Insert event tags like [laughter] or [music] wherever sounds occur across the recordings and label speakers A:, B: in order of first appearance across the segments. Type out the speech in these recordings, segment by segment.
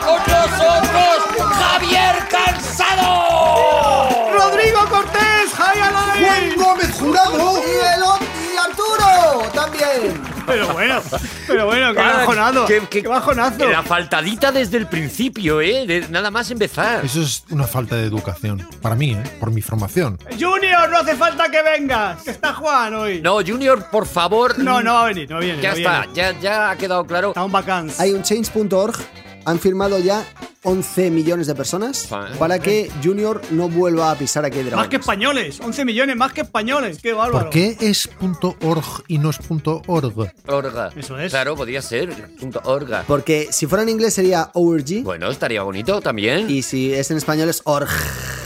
A: con nosotros Javier Cansado.
B: Rodrigo Cortés, Jai Alay.
C: Juan Gómez Jurado.
D: Y, el, o- y Arturo también.
B: Pero bueno, pero bueno, qué
A: Ah,
B: bajonado. Qué, bajonazo.
A: La faltadita desde el principio, ¿eh? De- nada más empezar.
C: Eso es una falta de educación. Para mí, ¿eh? por mi formación.
B: Junior, no hace falta que vengas. que Está Juan hoy.
A: No, Junior, por favor.
B: no, no va a venir, no viene.
A: Ya
B: no
A: está,
B: viene.
A: ya, ya ha quedado claro.
B: Está un vacance.
D: Hay un change.org. Han firmado ya 11 millones de personas
A: Joder.
D: para que Junior no vuelva a pisar aquí
B: Más que
D: Dragones.
B: españoles, 11 millones más que españoles. Qué bárbaro.
C: ¿Por qué es .org y no es .org?
A: Orga.
B: Eso es.
A: Claro, podría ser. Punto orga.
D: Porque si fuera en inglés sería ORG
A: Bueno, estaría bonito también.
D: y si es en español es ORG.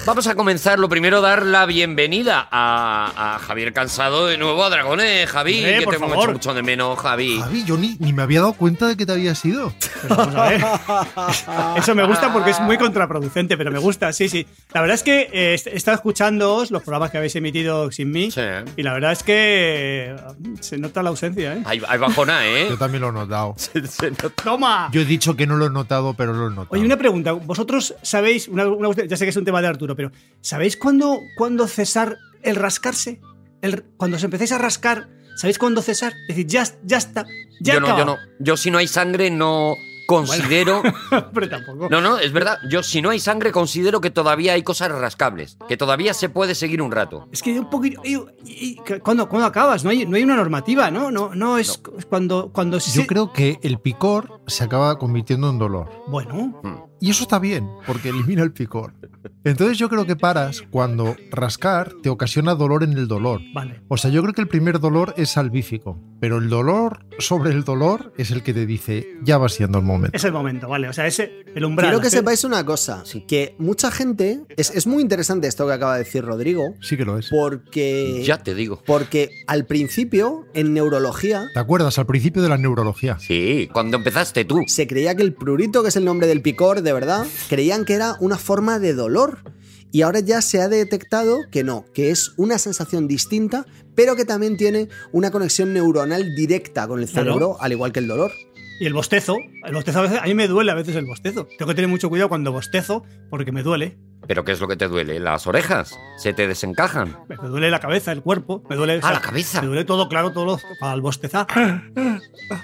A: Vamos a comenzar. Lo primero, dar la bienvenida a, a Javier Cansado de nuevo a Dragones. Eh, Javi,
B: Hombre,
A: que
B: por
A: te hemos
B: favor.
A: hecho mucho de menos, Javi.
C: Javi, yo ni, ni me había dado cuenta de que te habías ido.
B: Vamos a ver. Eso me gusta porque es muy contraproducente, pero me gusta, sí, sí. La verdad es que eh, he estado escuchándoos los programas que habéis emitido sin mí
A: Sí.
B: y la verdad es que eh, se nota la ausencia, ¿eh?
A: Hay, hay bajona, ¿eh?
B: [laughs]
C: Yo también lo he notado.
A: Se nota.
B: ¡Toma!
C: Yo he dicho que no lo he notado, pero lo he notado.
A: Ah.
B: Oye, una pregunta. ¿Vosotros sabéis, una- una- ya sé que es un tema de Arturo, pero ¿sabéis cuándo, cuándo cesar el rascarse? El- cuando os empezáis a rascar, ¿sabéis cuándo cesar? Es decir, ya, ya está, ya
A: yo no,
B: acaba.
A: yo no. Yo si no hay sangre no considero...
B: [laughs] pero tampoco.
A: No, no, es verdad. Yo si no hay sangre considero que todavía hay cosas rascables. Que todavía se puede seguir un rato.
B: Es que un poquito... y- y- y- ¿cuándo, cuándo acabas? No hay, no hay una normativa, ¿no? No, no es es cuando, cuando
C: Yo
B: se-
C: creo que el picor se acaba convirtiendo en dolor.
B: Bueno,
C: Y eso está bien, porque elimina el picor. Entonces yo creo que paras cuando rascar te ocasiona dolor en el dolor.
B: vale.
C: O sea, yo creo que el primer dolor es salvífico, pero el dolor sobre el dolor es el que te dice, ya va siendo el momento.
B: Es el momento, vale. O sea, ese, el umbral.
D: Quiero que
B: hacer-
D: sepáis una cosa, que mucha gente, es, es muy interesante esto que acaba de decir Rodrigo,
C: Sí que lo es.
D: porque,
A: Ya te digo.
D: porque al principio en neurología
C: ¿Te acuerdas al principio de la neurología?
A: Sí, cuando empezaste tú.
D: se creía que el prurito, que es el nombre del picor, de verdad, creían que era una forma de dolor. Y ahora ya se ha detectado que no, que es una sensación distinta, pero que también tiene una conexión neuronal directa con el
B: Claro.
D: cerebro, al igual que el dolor.
B: Y el bostezo. El bostezo a veces... A mí me duele a veces el bostezo. Tengo que tener mucho cuidado cuando bostezo porque me duele.
A: ¿Pero qué es lo que te duele? ¿Las orejas? ¿Se te desencajan?
B: Me duele la cabeza, el cuerpo, me duele. o
A: Ah,
B: sea,
A: la cabeza.
B: Me duele todo, claro, todo lo- al bostezar.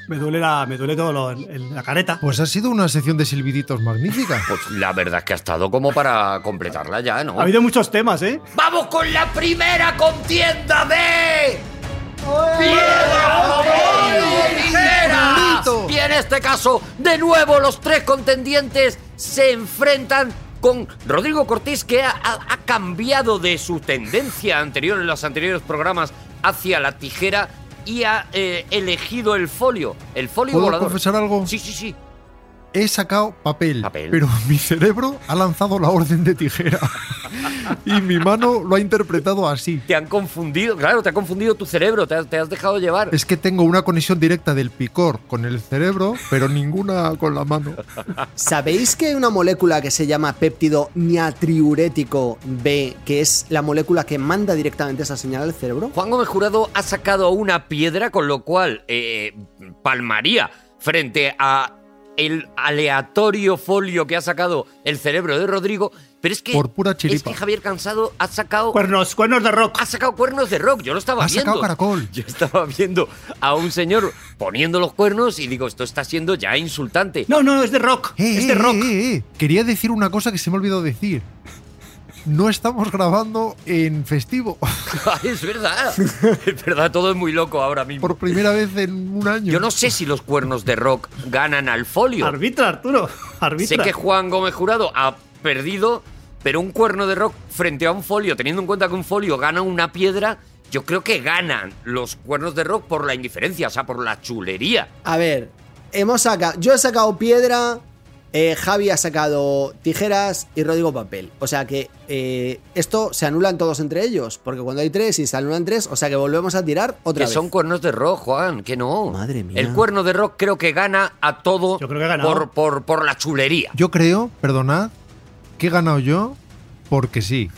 B: Me duele la, me duele todo lo- el- la careta.
C: Pues ha sido una sección de silbiditos magnífica.
A: [laughs] Pues la verdad es que ha estado como para completarla ya, ¿no?
B: Ha habido muchos temas, ¿eh?
A: ¡Vamos con la primera contienda de... ¡Piedra, papel o tijeras! Y en este caso, de nuevo, los tres contendientes se enfrentan con Rodrigo Cortés, que ha, ha- ha cambiado de su tendencia anterior en los anteriores programas hacia la tijera y ha eh, elegido el folio. El folio
C: ¿Puedo
A: volador.
C: confesar algo?
A: Sí, sí, sí.
C: He sacado papel,
A: Papel.
C: pero [laughs] mi cerebro ha lanzado la orden de
A: [laughs]
C: tijera. y mi mano lo ha interpretado así.
A: Te han confundido, claro, te ha confundido tu cerebro, te has, te has dejado llevar.
C: Es que tengo una conexión directa del picor con el cerebro, pero ninguna con
A: [laughs]
C: la mano.
D: ¿Sabéis que hay una molécula que se llama péptido niatriurético B, que es la molécula que manda directamente esa señal al cerebro?
A: Juan Gómez Jurado ha sacado una piedra, con lo cual eh, palmaría frente a el aleatorio folio que ha sacado el cerebro de Rodrigo. Pero es que,
C: Por pura
A: es
C: chiripa.
A: que Javier Cansado ha sacado,
B: Cuernos, cuernos de rock.
A: ha sacado cuernos de rock. Yo lo estaba
C: Ha
A: viendo.
C: sacado caracol.
A: [laughs] Yo estaba viendo a un señor poniendo los cuernos y digo, esto está siendo ya insultante. [laughs]
B: No, no, es de rock.
C: Eh,
B: es
C: eh,
B: de rock.
C: eh, eh. Quería decir una cosa que se me olvidó decir. No estamos grabando en festivo [laughs]
A: es verdad. Es verdad, todo es muy loco ahora mismo.
C: por primera vez en un año.
A: Yo no sé si los cuernos de rock ganan al folio.
B: Arbitra, Arturo.
A: eh.
B: [laughs]
A: Sé
B: Arbitra.
A: que Juan Gómez Jurado ha perdido, pero un cuerno de rock frente a un folio, teniendo en cuenta que un folio gana una piedra, yo creo que ganan los cuernos de rock por la indiferencia, o sea, por la chulería.
D: A ver, hemos sacado. Yo he sacado piedra, Eh, Javi ha sacado tijeras y Rodrigo papel. O sea que eh, esto se anulan todos entre ellos, porque cuando hay tres y se anulan tres, o sea que volvemos a tirar otra
A: Que
D: vez.
A: son cuernos de rock, Juan, que no.
D: Madre mía.
A: El cuerno de rock creo que gana a todo
B: Yo creo que ha ganado.
A: por, por, por la chulería.
C: Yo creo, perdonad, que he ganado yo porque sí.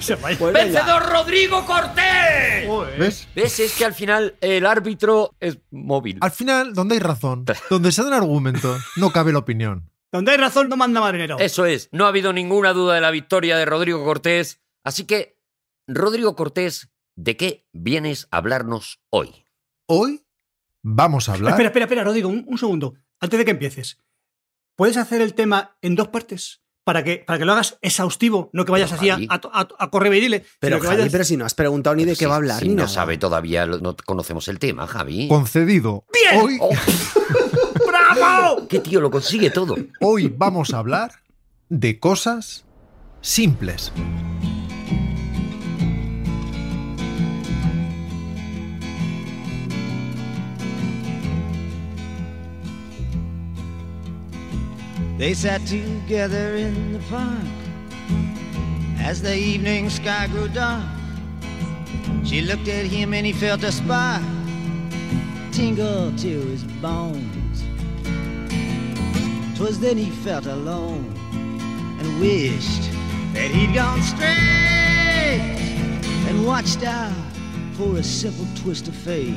B: Se vaya.
D: Pues venga.
A: ¡Vencedor Rodrigo Cortés!
B: Joder.
C: ¿Ves?
A: ¿Ves? Es que al final el árbitro es móvil.
C: Al final, donde hay razón, donde se dan argumentos, no cabe la opinión.
B: Donde hay razón no manda marinero.
A: Eso es, no ha habido ninguna duda de la victoria de Rodrigo Cortés. Así que, Rodrigo Cortés, ¿de qué vienes a hablarnos hoy?
C: Hoy vamos a hablar.
B: Espera, espera, espera, Rodrigo, un, un segundo. Antes de que empieces, ¿puedes hacer el tema en dos partes? Para que, para que lo hagas exhaustivo, no que vayas
A: Pero,
B: así a,
A: Javi.
B: a, a correr y dile,
D: Pero,
B: sino que
D: Javi,
B: vayas-
D: pero si no has preguntado ni de qué
A: Si-
D: va a hablar,
A: si
D: ni
A: no
D: nada.
A: sabe todavía, lo- no conocemos el tema, Javi.
C: Concedido. Hoy,
A: Oh,
B: [laughs] ¡Bravo!
A: ¡Qué tío lo
B: [laughs]
A: consigue todo!
C: hoy vamos a hablar de cosas simples.
E: They sat together in the park as the evening sky grew dark. She looked at him and he felt a spark tingle to his bones. 'Twas then he felt alone and wished that he'd gone straight and watched out for a simple twist of fate.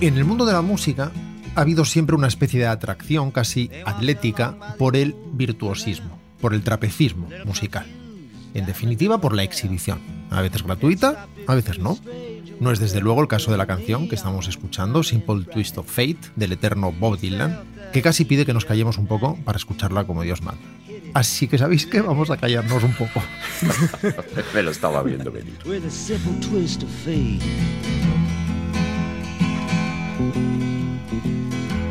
C: En el mundo de la música ha habido siempre una especie de atracción casi atlética por el virtuosismo, por el trapecismo musical. En definitiva, por la exhibición. A veces gratuita, a veces no. No es desde luego el caso de la canción que estamos escuchando, Simple Twist of Fate, del eterno Bob Dylan, que casi pide que nos callemos un poco para escucharla como Dios manda. Así que sabéis que vamos a callarnos un poco.
A: Me lo estaba viendo venir.
E: with a simple twist of fate.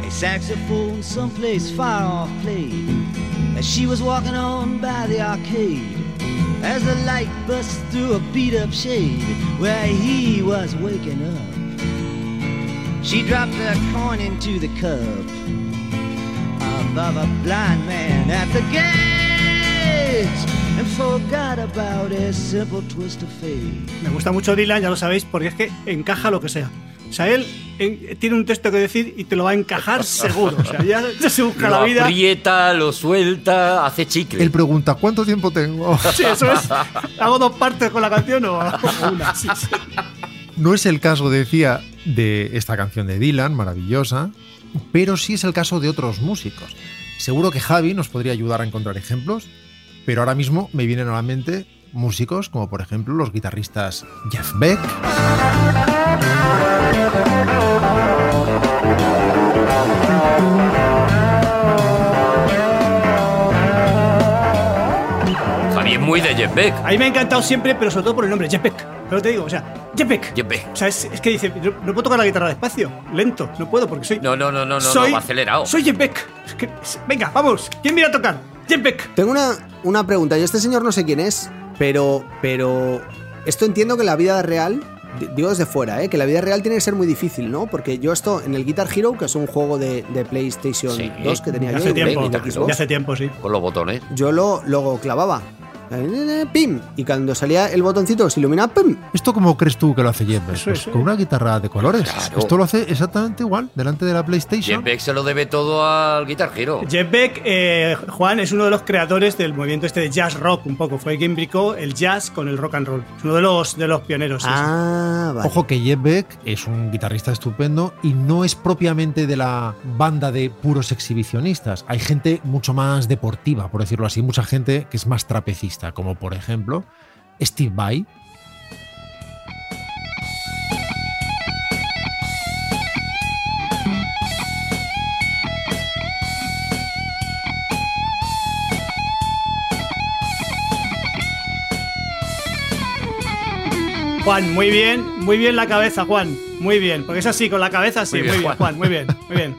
E: A saxophone someplace far off played as she was walking on by the arcade. As the light bust through a beat up shade where he was waking up, she dropped the coin into the cup above a blind man at the gate and forgot about a simple twist of fate.
B: Me gusta mucho Dylan, ya lo sabéis, porque es que encaja lo que sea. O sea, él en- tiene un texto que decir y te lo va a encajar
A: [laughs]
B: seguro. O sea, ya, ya se busca
A: Lo
B: la vida.
A: aprieta, lo suelta, hace chicle.
C: Él pregunta, ¿cuánto tiempo tengo?
B: [laughs] Sí, eso es. ¿Hago dos partes con la canción o hago una? Sí, sí.
C: No es el caso, decía, de esta canción de Dylan, maravillosa, pero sí es el caso de otros músicos. Seguro que Javi nos podría ayudar a encontrar ejemplos, pero ahora mismo me vienen a la mente músicos como por ejemplo los guitarristas Jeff Beck,
A: Javi es muy de Jeff Beck.
B: A mí me ha encantado siempre, pero sobre todo por el nombre, Jepek. Pero te digo, o sea, Jepek.
A: Jeff Beck.
B: O sea, es, es que dice, no, no puedo tocar la guitarra despacio, lento, no puedo porque soy.
A: No, no, no, no, no,
B: soy,
A: no, acelerado.
B: Soy Jeff Beck. Es que- es- venga, vamos, ¿quién viene a tocar? Jeff Beck.
D: Tengo una, una pregunta. Yo este señor no sé quién es, pero, pero esto entiendo que la vida real, di- digo desde fuera, ¿eh? que la vida real tiene que ser muy difícil, ¿no? Porque yo esto en el Guitar Hero, que es un juego de, de PlayStation
A: Sí.
D: 2 que tenía
B: Ya
D: yo,
B: hace
D: y de-
B: tiempo,
D: y de
A: Guitar Hero.
D: Xbox,
B: ya hace tiempo, sí.
A: Con los botones.
D: yo lo, lo clavaba. ¡Pim! Y cuando salía el botoncito que se iluminaba, ¡pim!
C: ¿esto cómo crees tú que lo hace Jeff Beck?
B: Eso es,
C: Pues
B: sí.
C: con una guitarra de colores.
A: Claro.
C: Esto lo hace exactamente igual, delante de la
A: Jeff
C: PlayStation.
A: Beck se lo debe todo al Guitar Hero.
B: Jeff Beck, eh, Juan, es uno de los creadores del movimiento este de jazz rock, un poco. Fue quien implicó el jazz con el rock and roll. Es uno de los, de los pioneros. sí, sí.
D: Ah, vale.
C: Ojo que Jeff Beck es un guitarrista estupendo y no es propiamente de la banda de puros exhibicionistas. Hay gente mucho más deportiva, por decirlo así, mucha gente que es más trapecista, como por ejemplo Steve Vai.
B: Juan, muy bien, muy bien la cabeza, Juan. Muy bien, porque es así, con la cabeza sí, muy
A: Muy bien,
B: bien,
A: Juan.
B: Juan. muy bien, muy bien.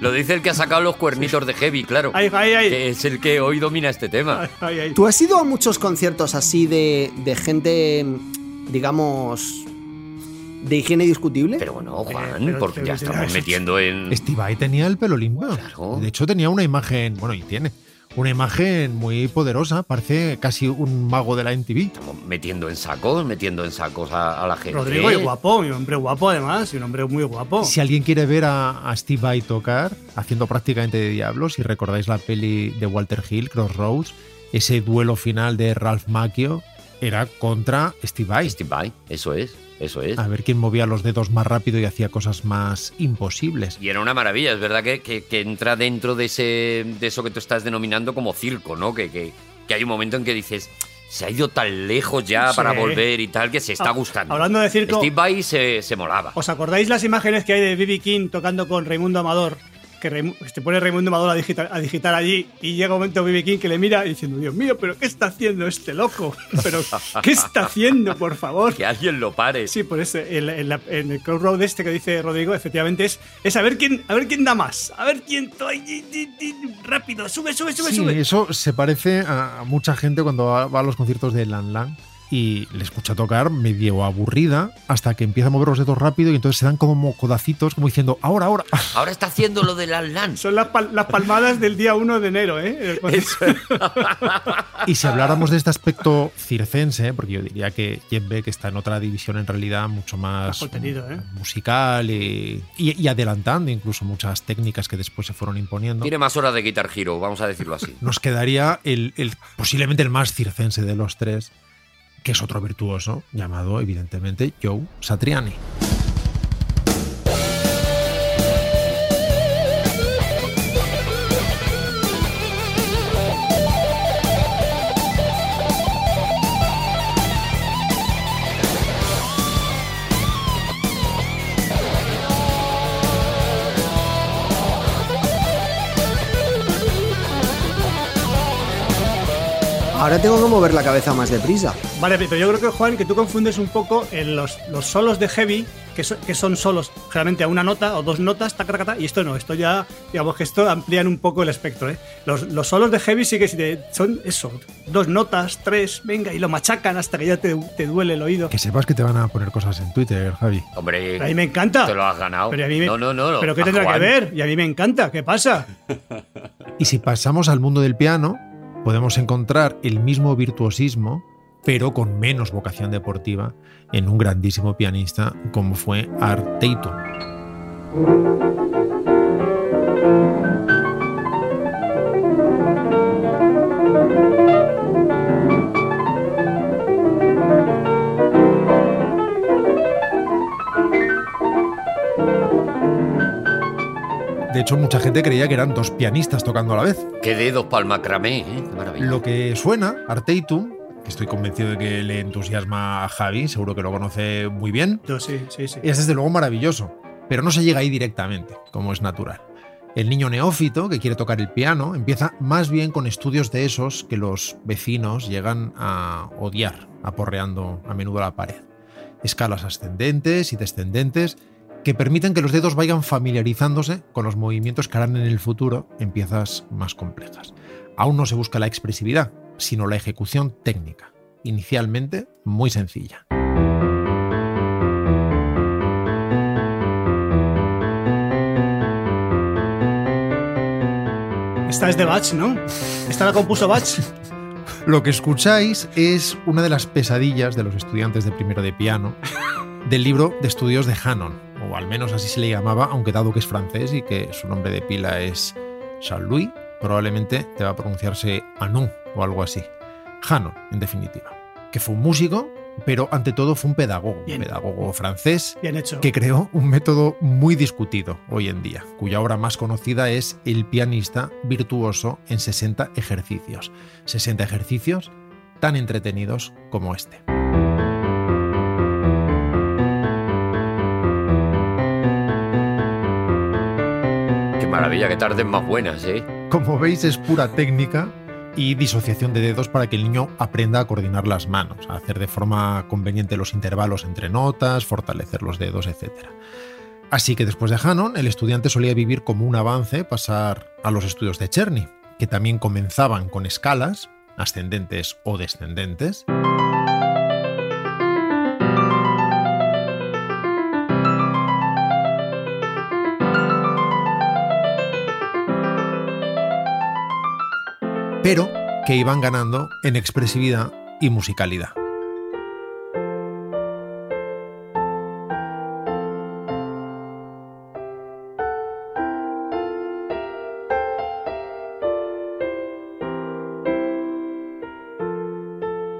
A: Lo dice el que ha sacado los cuernitos de Heavy, claro.
B: Ahí, ahí,
D: [laughs]
B: ahí.
A: Que es el que hoy domina este tema.
B: Ahí, ahí.
D: ¿Tú has ido a muchos conciertos así de, de gente, digamos, de higiene discutible.
A: Pero bueno, Juan,
B: Eh, pero-
A: porque
B: pero
A: ya
B: ya
A: estamos
B: es-
A: metiendo en.
C: Steve Vai tenía el pelo limpio.
A: Claro.
C: De hecho, tenía una imagen, bueno, y tiene, una imagen muy poderosa. Parece casi un mago de la MTV.
A: Estamos metiendo en sacos, metiendo en sacos a, a la gente.
B: Rodrigo es guapo, un hombre guapo además, y un hombre muy guapo.
C: Si alguien quiere ver a, a Steve Vai tocar, haciendo prácticamente de diablo, si recordáis la peli de Walter Hill, Crossroads, ese duelo final de Ralph Macchio era contra Steve Vai.
A: Steve Vai, eso es, eso es.
B: Ah.
C: A ver quién movía los dedos más rápido y hacía cosas más imposibles.
A: Y era una maravilla, es verdad que, que- que entra dentro de ese de eso que tú estás denominando como circo, ¿no? Que, que, que hay un momento en que dices, se ha ido tan lejos ya
B: Sí.
A: para volver y tal, que se está
B: Ah,
A: gustando.
B: hablando de circo-
A: Steve Vai se, se molaba.
B: ¿Os acordáis las imágenes que hay de BB King tocando con Raimundo Amador? Que Raimu- que te pone Raimundo Amador a digitar, a digitar allí y llega un momento BB King que le mira y diciendo, Dios mío, pero ¿qué está haciendo este loco? ¿Pero qué está haciendo, por favor?
A: Que alguien lo pare.
B: Sí, por ese, en, la- en la- en el Crossroad este que dice Rodrigo, efectivamente es, es a ver quién, a ver quién da más, a ver quién to- y- y- y- rápido, sube, sube, sube,
C: Sí,
B: sube.
C: eso se parece a a mucha gente cuando va va a los conciertos de Lan Lan y le escucha tocar medio aburrida hasta que empieza a mover los dedos rápido y entonces se dan como codacitos como diciendo ahora, ahora.
A: Ahora está haciendo lo de las LANs.
B: Son las, pal- las palmadas del día 1 de enero, ¿eh?
C: Y si habláramos de este aspecto circense, porque yo diría que Jeff Beck está en otra división en realidad mucho más
B: Bajo el tendido, ¿eh?
C: musical y, y- y adelantando incluso muchas técnicas que después se fueron imponiendo.
A: Tiene más horas de Guitar Hero, vamos a
B: [laughs]
A: decirlo así.
C: nos quedaría el, el- posiblemente el más circense de los tres, que es otro virtuoso, llamado evidentemente Joe Satriani.
D: Ahora tengo que mover la cabeza más deprisa.
B: Vale, pero yo creo que Juan, que tú confundes un poco en los, los solos de heavy, que, so- que son solos generalmente a una nota o dos notas, ta, ta, ta, ta, y esto no, esto ya, digamos que esto amplían un poco el espectro. ¿eh? Los, los solos de heavy sí que sí te- son eso, dos notas, tres, venga, y lo machacan hasta que ya te, te duele el oído.
C: Que sepas que te van a poner cosas en Twitter, Javi.
A: Hombre,
B: Pero a mí me encanta.
A: Te lo has ganado.
B: Pero a mí me-
A: No, no, no. no.
B: Pero ¿qué
A: A
B: tendrá que
A: Juan.
B: ver? Y a mí me encanta, ¿qué pasa?
C: Y si pasamos al mundo del piano, podemos encontrar el mismo virtuosismo, pero con menos vocación deportiva, en un grandísimo pianista como fue Art Tatum. De hecho, mucha gente creía que eran dos pianistas tocando a la vez.
A: Qué dedos para el macramé, ¿eh? Qué maravilla.
C: Lo que suena, Arteitum, que estoy convencido de que le entusiasma a Javi, seguro que lo conoce muy bien,
B: Yo sí, sí, sí.
C: es desde luego maravilloso, pero no se llega ahí directamente, como es natural. El niño neófito que quiere tocar el piano empieza más bien con estudios de esos que los vecinos llegan a odiar, aporreando a menudo la pared. Escalas ascendentes y descendentes que permiten que los dedos vayan familiarizándose con los movimientos que harán en el futuro en piezas más complejas. Aún no se busca la expresividad, sino la ejecución técnica, inicialmente muy sencilla.
B: Esta es de Bach, ¿no? Esta la compuso Bach.
C: Lo que escucháis es una de las pesadillas de los estudiantes de primero de piano del libro de estudios de Hanon, o al menos así se le llamaba, aunque dado que es francés y que su nombre de pila es Charles-Louis, probablemente te va a pronunciarse Anon o algo así. Hanon, en definitiva, que fue un músico, pero ante todo fue un pedagogo,
B: Bien.
C: un pedagogo francés
B: Bien hecho.
C: que creó un método muy discutido hoy en día, cuya obra más conocida es El pianista virtuoso en 60 ejercicios. 60 ejercicios tan entretenidos como este.
A: Qué maravilla, qué tardes más buenas, ¿eh?
C: Como veis es pura técnica y disociación de dedos para que el niño aprenda a coordinar las manos, a hacer de forma conveniente los intervalos entre notas, fortalecer los dedos, etc. Así que después de Hanon, el estudiante solía vivir como un avance pasar a los estudios de Cherny, que también comenzaban con escalas, ascendentes o descendentes, pero que iban ganando en expresividad y musicalidad.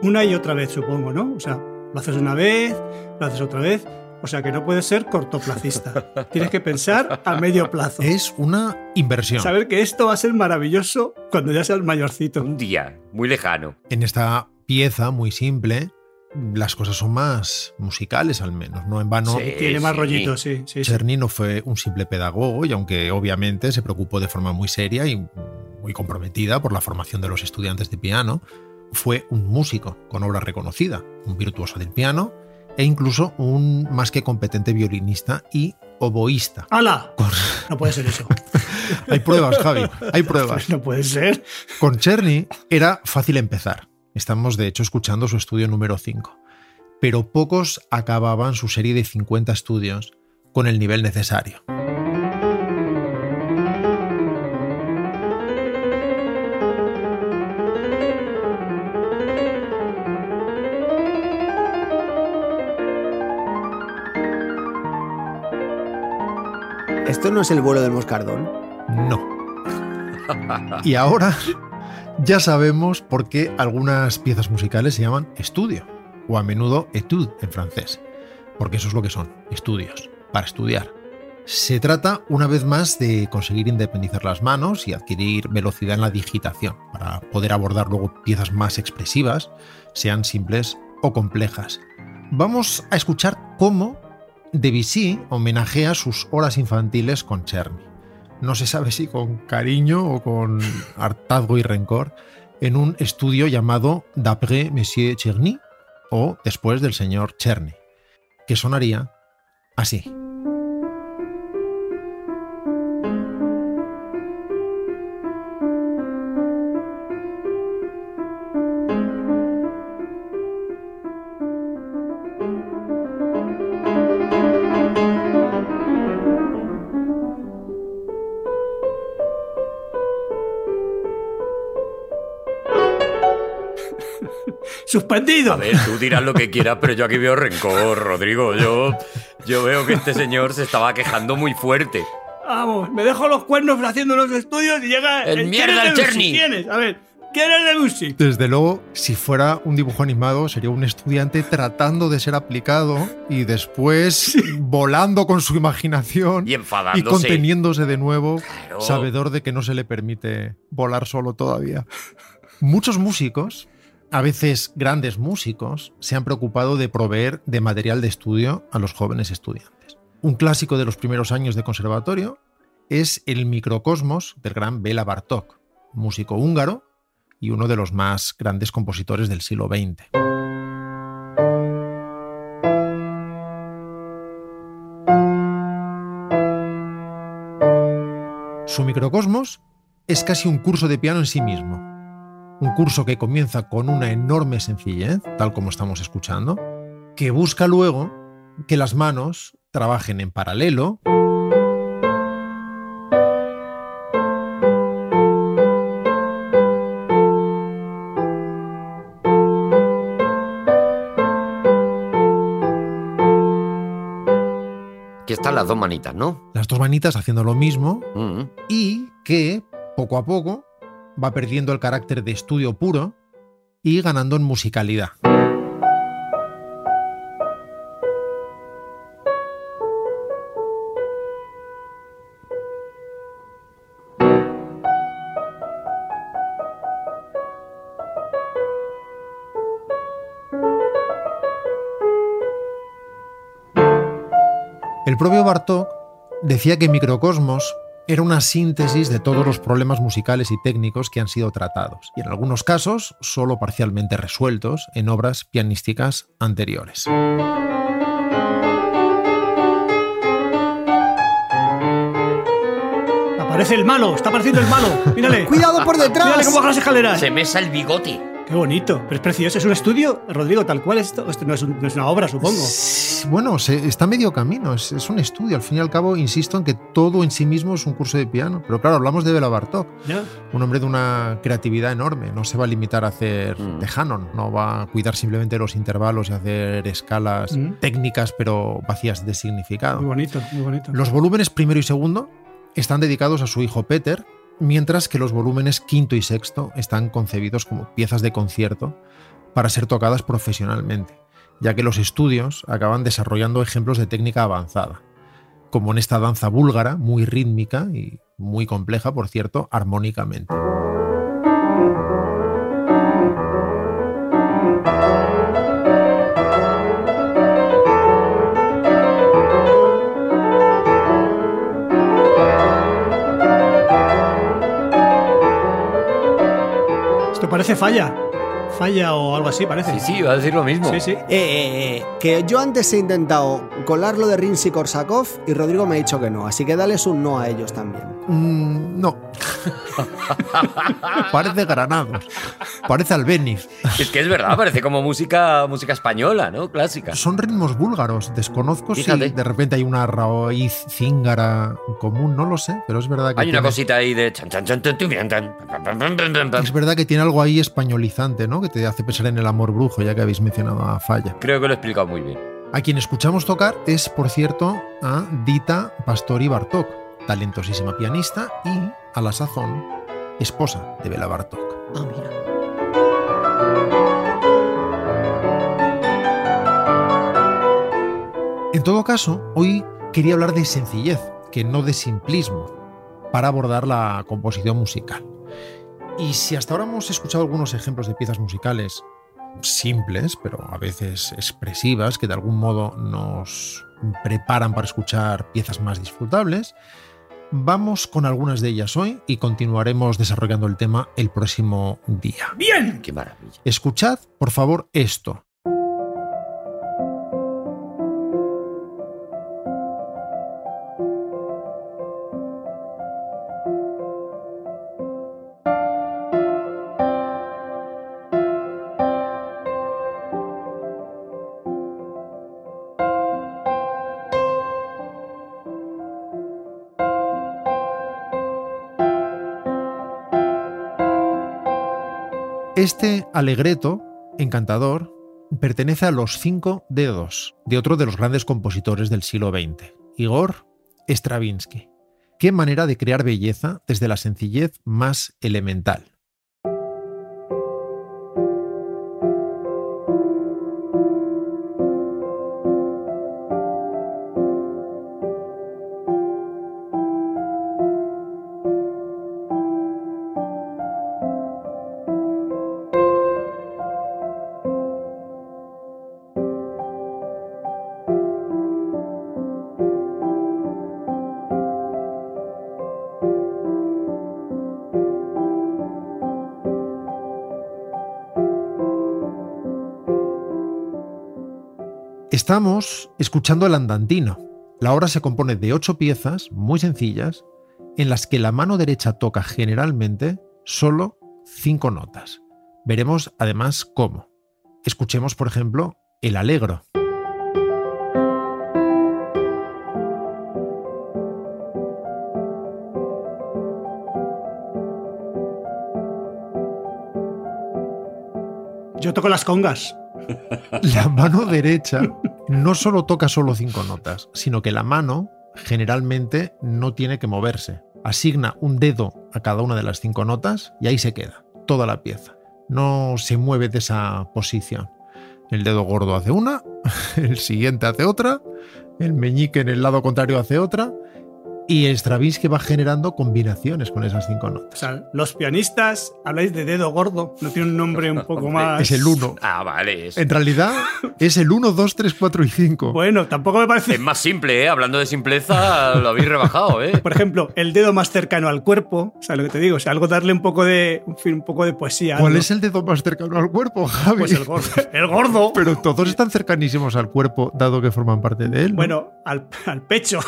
B: Una y otra vez, supongo, ¿no? O sea, lo haces una vez, lo haces otra vez. O sea que no puedes ser
A: [laughs]
B: cortoplacista. Tienes que pensar a medio plazo.
C: Es una inversión.
B: Saber que esto va a ser maravilloso cuando ya seas mayorcito.
A: Un día, muy lejano.
C: En esta pieza muy simple, las cosas son más musicales al menos, no en vano.
A: Sí,
B: Tiene más
A: Eh, sí.
B: rollitos, sí. sí, sí.
C: Czerny no fue un simple pedagogo y aunque obviamente se preocupó de forma muy seria y muy comprometida por la formación de los estudiantes de piano, fue un músico con obra reconocida, un virtuoso del piano e incluso un más que competente violinista y oboísta.
B: ¡Hala! No puede ser eso.
C: Hay pruebas, Javi,
A: [laughs]
C: hay pruebas.
B: No puede ser.
C: Con Cherny era fácil empezar. Estamos de hecho escuchando su estudio número 5. Pero pocos acababan su serie de 50 estudios con el nivel necesario.
D: Esto no es el vuelo del moscardón.
C: No. Y ahora ya sabemos por qué algunas piezas musicales se llaman estudio, o a menudo étude en francés, porque eso es lo que son, estudios, para estudiar. Se trata una vez más de conseguir independizar las manos y adquirir velocidad en la digitación, para poder abordar luego piezas más expresivas, sean simples o complejas. Vamos a escuchar cómo Debussy homenajea sus horas infantiles con Cherny no se sabe si con cariño o con hartazgo y rencor, en un estudio llamado D'après Monsieur Cherny o Después del señor Cherny, que sonaría así.
A: A
B: ¡Suspendido!
A: ver, tú dirás lo que quieras, pero yo aquí veo rencor, Rodrigo. Yo, yo veo que este señor se estaba quejando muy fuerte.
B: Vamos, me dejo los cuernos haciendo los estudios y llega
A: El mierda,
B: ¿Quién es
A: el
B: Debussy?
A: Cherny.
B: ¿Quién es? A ver, ¿quién es Debussy?
C: Desde luego, si fuera un dibujo animado, sería un estudiante tratando de ser aplicado y después volando con su imaginación
A: Y
C: y
A: enfadándose.
C: conteniéndose de nuevo,
A: Claro.
C: sabedor de que no se le permite volar solo todavía. Muchos músicos, a veces grandes músicos, se han preocupado de proveer de material de estudio a los jóvenes estudiantes. Un clásico de los primeros años de conservatorio es El microcosmos del gran Bela Bartók, músico húngaro y uno de los más grandes compositores del siglo XX. Su microcosmos es casi un curso de piano en sí mismo. Un curso que comienza con una enorme sencillez, tal como estamos escuchando, que busca luego que las manos trabajen en paralelo.
A: Aquí están las dos manitas, ¿no?
C: Las dos manitas haciendo lo mismo
A: Mm.
C: y que poco a poco va perdiendo el carácter de estudio puro y ganando en musicalidad. El propio Bartók decía que Microcosmos era una síntesis de todos los problemas musicales y técnicos que han sido tratados, y en algunos casos solo parcialmente resueltos en obras pianísticas anteriores.
B: Aparece el malo, está apareciendo el malo. Mírale.
D: ¡Cuidado por
B: Mírale
D: detrás! [laughs]
B: cómo baja las escaleras.
A: Se mesa el bigote.
B: Qué bonito, pero es precioso. ¿Es un estudio, Rodrigo, tal cual? Esto, esto no, es un- no es una obra, supongo.
C: Sí, Bueno, se- está medio camino, es, es un estudio. Al fin y al cabo, insisto en que todo en sí mismo es un curso de piano. Pero claro, hablamos de Bela Bartok,
B: ¿Ya?
C: un hombre de una creatividad enorme. No se va a limitar a hacer de Hanon, no va a cuidar simplemente los intervalos y hacer escalas
B: Mm.
C: técnicas, pero vacías de significado.
B: Muy bonito, muy bonito.
C: Los volúmenes primero y segundo están dedicados a su hijo Peter, mientras que los volúmenes quinto y sexto están concebidos como piezas de concierto para ser tocadas profesionalmente, ya que los estudios acaban desarrollando ejemplos de técnica avanzada, como en esta danza búlgara, muy rítmica y muy compleja, por cierto, armónicamente.
B: Esto parece falla. Falla o algo así, parece.
A: Sí, sí, iba a decir lo mismo.
B: Sí, sí.
D: Eh, eh, eh, que yo antes he intentado colarlo de Rins y Korsakov y Rodrigo me ha dicho que no, así que dales un no a ellos también.
C: Mm, no. [laughs] Parece granados. Parece albeniz.
A: Es que es verdad, parece como música, música española, ¿no? Clásica.
C: Son ritmos búlgaros, desconozco
A: Fíjate.
C: si de repente hay una raíz cíngara común, no lo sé, pero es verdad que
A: Hay una
C: tiene-
A: cosita ahí de chan chan chan, tun, tun, bien, tan, pam, pam, pam, pam, pam, pam.
C: Es verdad que tiene algo ahí españolizante, ¿no? Que te hace pensar en el amor brujo, ya que habéis mencionado a Falla.
A: Creo que lo he explicado muy bien.
C: A quien escuchamos tocar es, por cierto, a Dita Pastori Bartok, talentosísima pianista y, a la sazón, esposa de Bela Bartok.
D: Ah, mira.
C: En todo caso, hoy quería hablar de sencillez, que no de simplismo, para abordar la composición musical. Y si hasta ahora hemos escuchado algunos ejemplos de piezas musicales simples, pero a veces expresivas, que de algún modo nos preparan para escuchar piezas más disfrutables, vamos con algunas de ellas hoy y continuaremos desarrollando el tema el próximo día.
B: ¡Bien!
A: Qué maravilla.
C: Escuchad, por favor, esto. Este alegreto, encantador, pertenece a los cinco dedos de otro de los grandes compositores del siglo XX, Igor Stravinsky. Qué manera de crear belleza desde la sencillez más elemental. Estamos escuchando el andantino. La obra se compone de ocho piezas muy sencillas en las que la mano derecha toca generalmente solo cinco notas. Veremos además cómo. Escuchemos, por ejemplo, el alegro.
B: Yo toco las congas.
C: La mano derecha no solo toca solo cinco notas, sino que la mano generalmente no tiene que moverse. Asigna un dedo a cada una de las cinco notas y ahí se queda, toda la pieza. No se mueve de esa posición. El dedo gordo hace una, [laughs] el siguiente hace otra, el meñique en el lado contrario hace otra y Stravinsky va generando combinaciones con esas cinco notas.
B: O sea, los pianistas habláis de dedo gordo. No tiene un nombre un
C: [laughs]
B: poco más.
C: Es el uno.
A: Ah, vale. Es,
C: En realidad es el 1, 2, 3, 4 y 5.
B: Bueno, tampoco me
A: es
B: parece.
A: más simple, ¿eh? Hablando de simpleza, lo habéis rebajado, ¿eh?
B: Por ejemplo, el dedo más cercano al cuerpo. O sea, lo que te digo, o sea, algo darle un poco de, en fin, un poco de poesía.
C: ¿Cuál
B: algo.
C: es el dedo más cercano al cuerpo, Javi?
B: Pues el gordo. El gordo.
C: [laughs] Pero todos están cercanísimos al cuerpo, dado que forman parte de él. ¿no?
B: Bueno, [laughs] al, al pecho,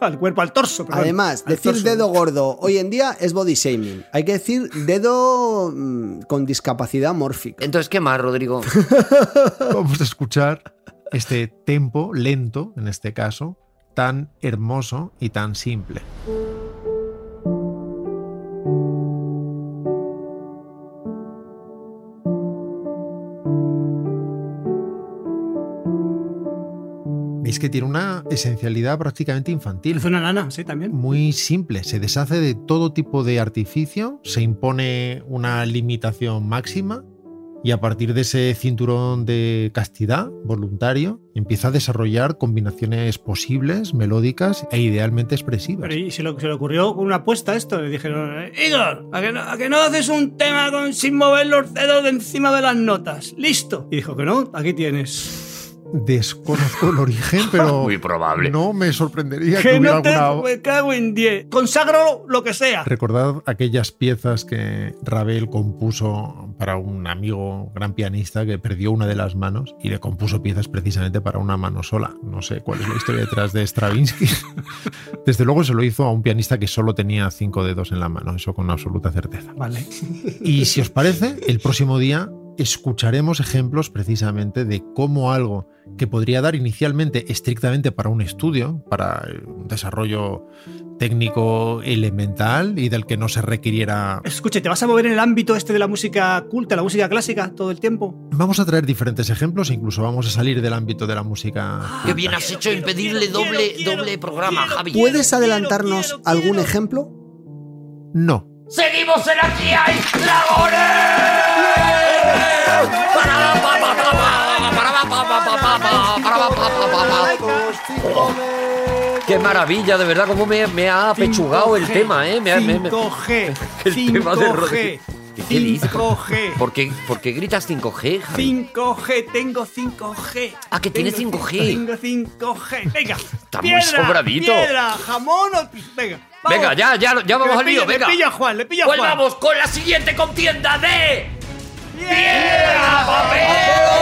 B: al cuerpo, al torso. perdón,
D: Además,
B: al
D: decir
B: torso.
D: dedo gordo hoy en día es body shaming. Hay que decir dedo mm, con discapacidad mórfica.
A: Entonces, ¿qué más, Rodrigo?
C: [laughs] Vamos a escuchar este tempo lento, en este caso, tan hermoso y tan simple. Veis que tiene una esencialidad prácticamente infantil
B: Es una nana, sí, también.
C: muy simple, se deshace de todo tipo de artificio, se impone una limitación máxima y a partir de ese cinturón de castidad voluntario empieza a desarrollar combinaciones posibles, melódicas e idealmente expresivas.
B: Pero y se, lo- se le ocurrió con una apuesta esto. Le dijeron, "Eh, Igor, ¿a que, no, a que no haces un tema con, sin mover los dedos de encima de las notas? Listo. Y dijo que no, aquí tienes.
C: Desconozco
B: [laughs]
C: el origen, pero
A: Muy probable.
C: no me sorprendería que,
B: Que
C: hubiera
B: no te
C: alguna...
B: me cago en 10. Consagro lo que sea.
C: Recordad aquellas piezas que Ravel compuso para un amigo gran pianista que perdió una de las manos y le compuso piezas precisamente para una mano sola. No sé cuál es la historia detrás de Stravinsky. Desde luego se lo hizo a un pianista que solo tenía cinco dedos en la mano, eso con absoluta certeza.
B: Vale.
C: Y si os parece, el próximo día escucharemos ejemplos precisamente de cómo algo que podría dar inicialmente estrictamente para un estudio, para un desarrollo técnico elemental y del que no se requiriera...
B: Escuche, ¿te vas a mover en el ámbito este de la música culta, la música clásica, todo el tiempo?
C: Vamos a traer diferentes ejemplos, incluso vamos a salir del ámbito de la música.
A: Qué bien has hecho en pedirle doble, doble programa, Javi.
D: ¿Puedes adelantarnos algún ejemplo?
C: No.
A: ¡Seguimos en Aquí hay dragones! ¡Qué maravilla! De verdad, cómo me, me ha apechugado el
B: 5G,
A: tema, ¿eh? Me, ha- me- me-
B: 5G.
A: [laughs] El tema de
B: 5G.
A: Rodri- ¿Qué- qué dice?
B: 5G.
A: ¿Por qué, por qué gritas 5G, Javi?
B: 5G, tengo 5G.
A: Ah, que tiene
B: Tengo
A: 5G.
B: Tengo 5G. Venga.
A: Está muy sobradito.
B: Piedra, jamón o. Venga. vamos.
A: Venga, ya, ya, ya vamos
B: le
A: al lío,
B: pilla-
A: venga.
B: Le pilla a Juan, le pilla a
A: Pues
B: Juan.
A: vamos con la siguiente contienda de...
B: ¡Piedra,
A: papel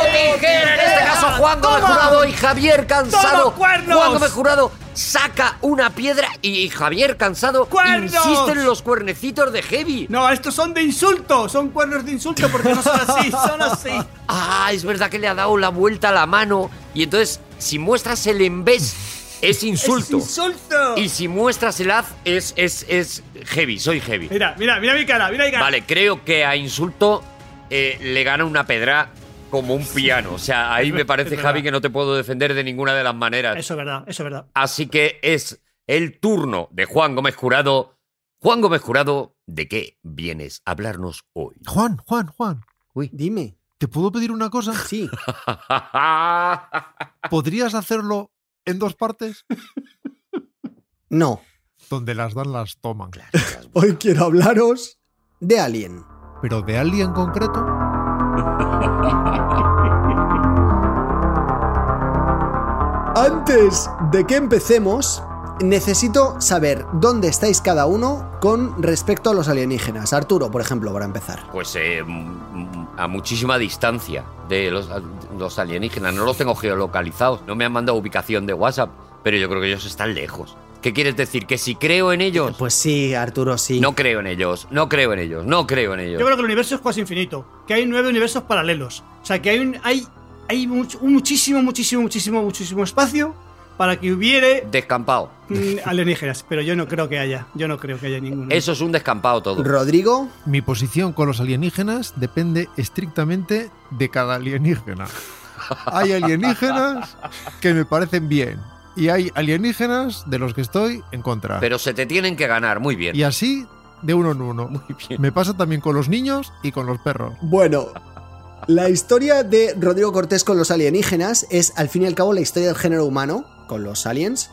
A: o tijera. En este caso, Juan Gómez
B: Toma.
A: Jurado y Javier Cansado.
B: Toma, cuernos.
A: Juan Gómez Jurado saca una piedra y Javier Cansado
B: Cuernos.
A: insiste en los cuernecitos de Heavy.
B: No, estos son de insulto. Son cuernos de insulto porque no son así, son así.
A: Ah, es verdad que le ha dado la vuelta a la mano. Y entonces, si muestras el embés, es insulto.
B: Es insulto.
A: y si muestras el haz, es, es, es heavy, soy heavy.
B: Mira, mira, mira mi cara, mira mi cara.
A: Vale, creo que a insulto eh, le gana una pedra como un piano. O sea, ahí me parece,
B: es
A: Javi,
B: verdad.
A: que no te puedo defender de ninguna de las maneras.
B: Eso es verdad, eso es verdad.
A: Así que es el turno de Juan Gómez Jurado. Juan Gómez Jurado, ¿de qué vienes a hablarnos hoy? [laughs]
C: Juan, Juan, Juan,
D: Dime.
C: ¿te puedo pedir una cosa?
D: Sí.
C: ¿Podrías hacerlo en dos partes?
D: No.
C: Donde las dan las toman.
D: Hoy quiero hablaros de Alien.
C: Pero de alguien en concreto.
D: Antes de que empecemos, necesito saber dónde estáis cada uno con respecto a los alienígenas. Arturo, por ejemplo, para empezar.
A: Pues eh, m- m- a muchísima distancia de los, los alienígenas. No los tengo geolocalizados. No me han mandado ubicación de WhatsApp, pero yo creo que ellos están lejos. ¿Qué quieres decir? ¿Que si creo en ellos?
D: Pues sí, Arturo, sí.
A: No creo en ellos, no creo en ellos, no creo en ellos.
B: Yo creo que el universo es casi infinito, que hay nueve universos paralelos. O sea, que hay un, hay, hay much- un muchísimo, muchísimo, muchísimo, muchísimo espacio para que hubiere
A: Descampado.
B: mm, alienígenas, pero yo no creo que haya, yo no creo que haya ninguno.
A: Eso es un descampado todo.
D: Rodrigo,
C: Mi posición con los alienígenas depende estrictamente de cada alienígena. Hay alienígenas que me parecen bien y hay alienígenas de los que estoy en contra.
A: Pero se te tienen que ganar, muy bien.
C: y así de uno en uno.
A: Muy bien.
C: Me pasa también con los niños y con los perros.
D: Bueno, la historia de Rodrigo Cortés con los alienígenas es, al fin y al cabo, la historia del género humano con los aliens.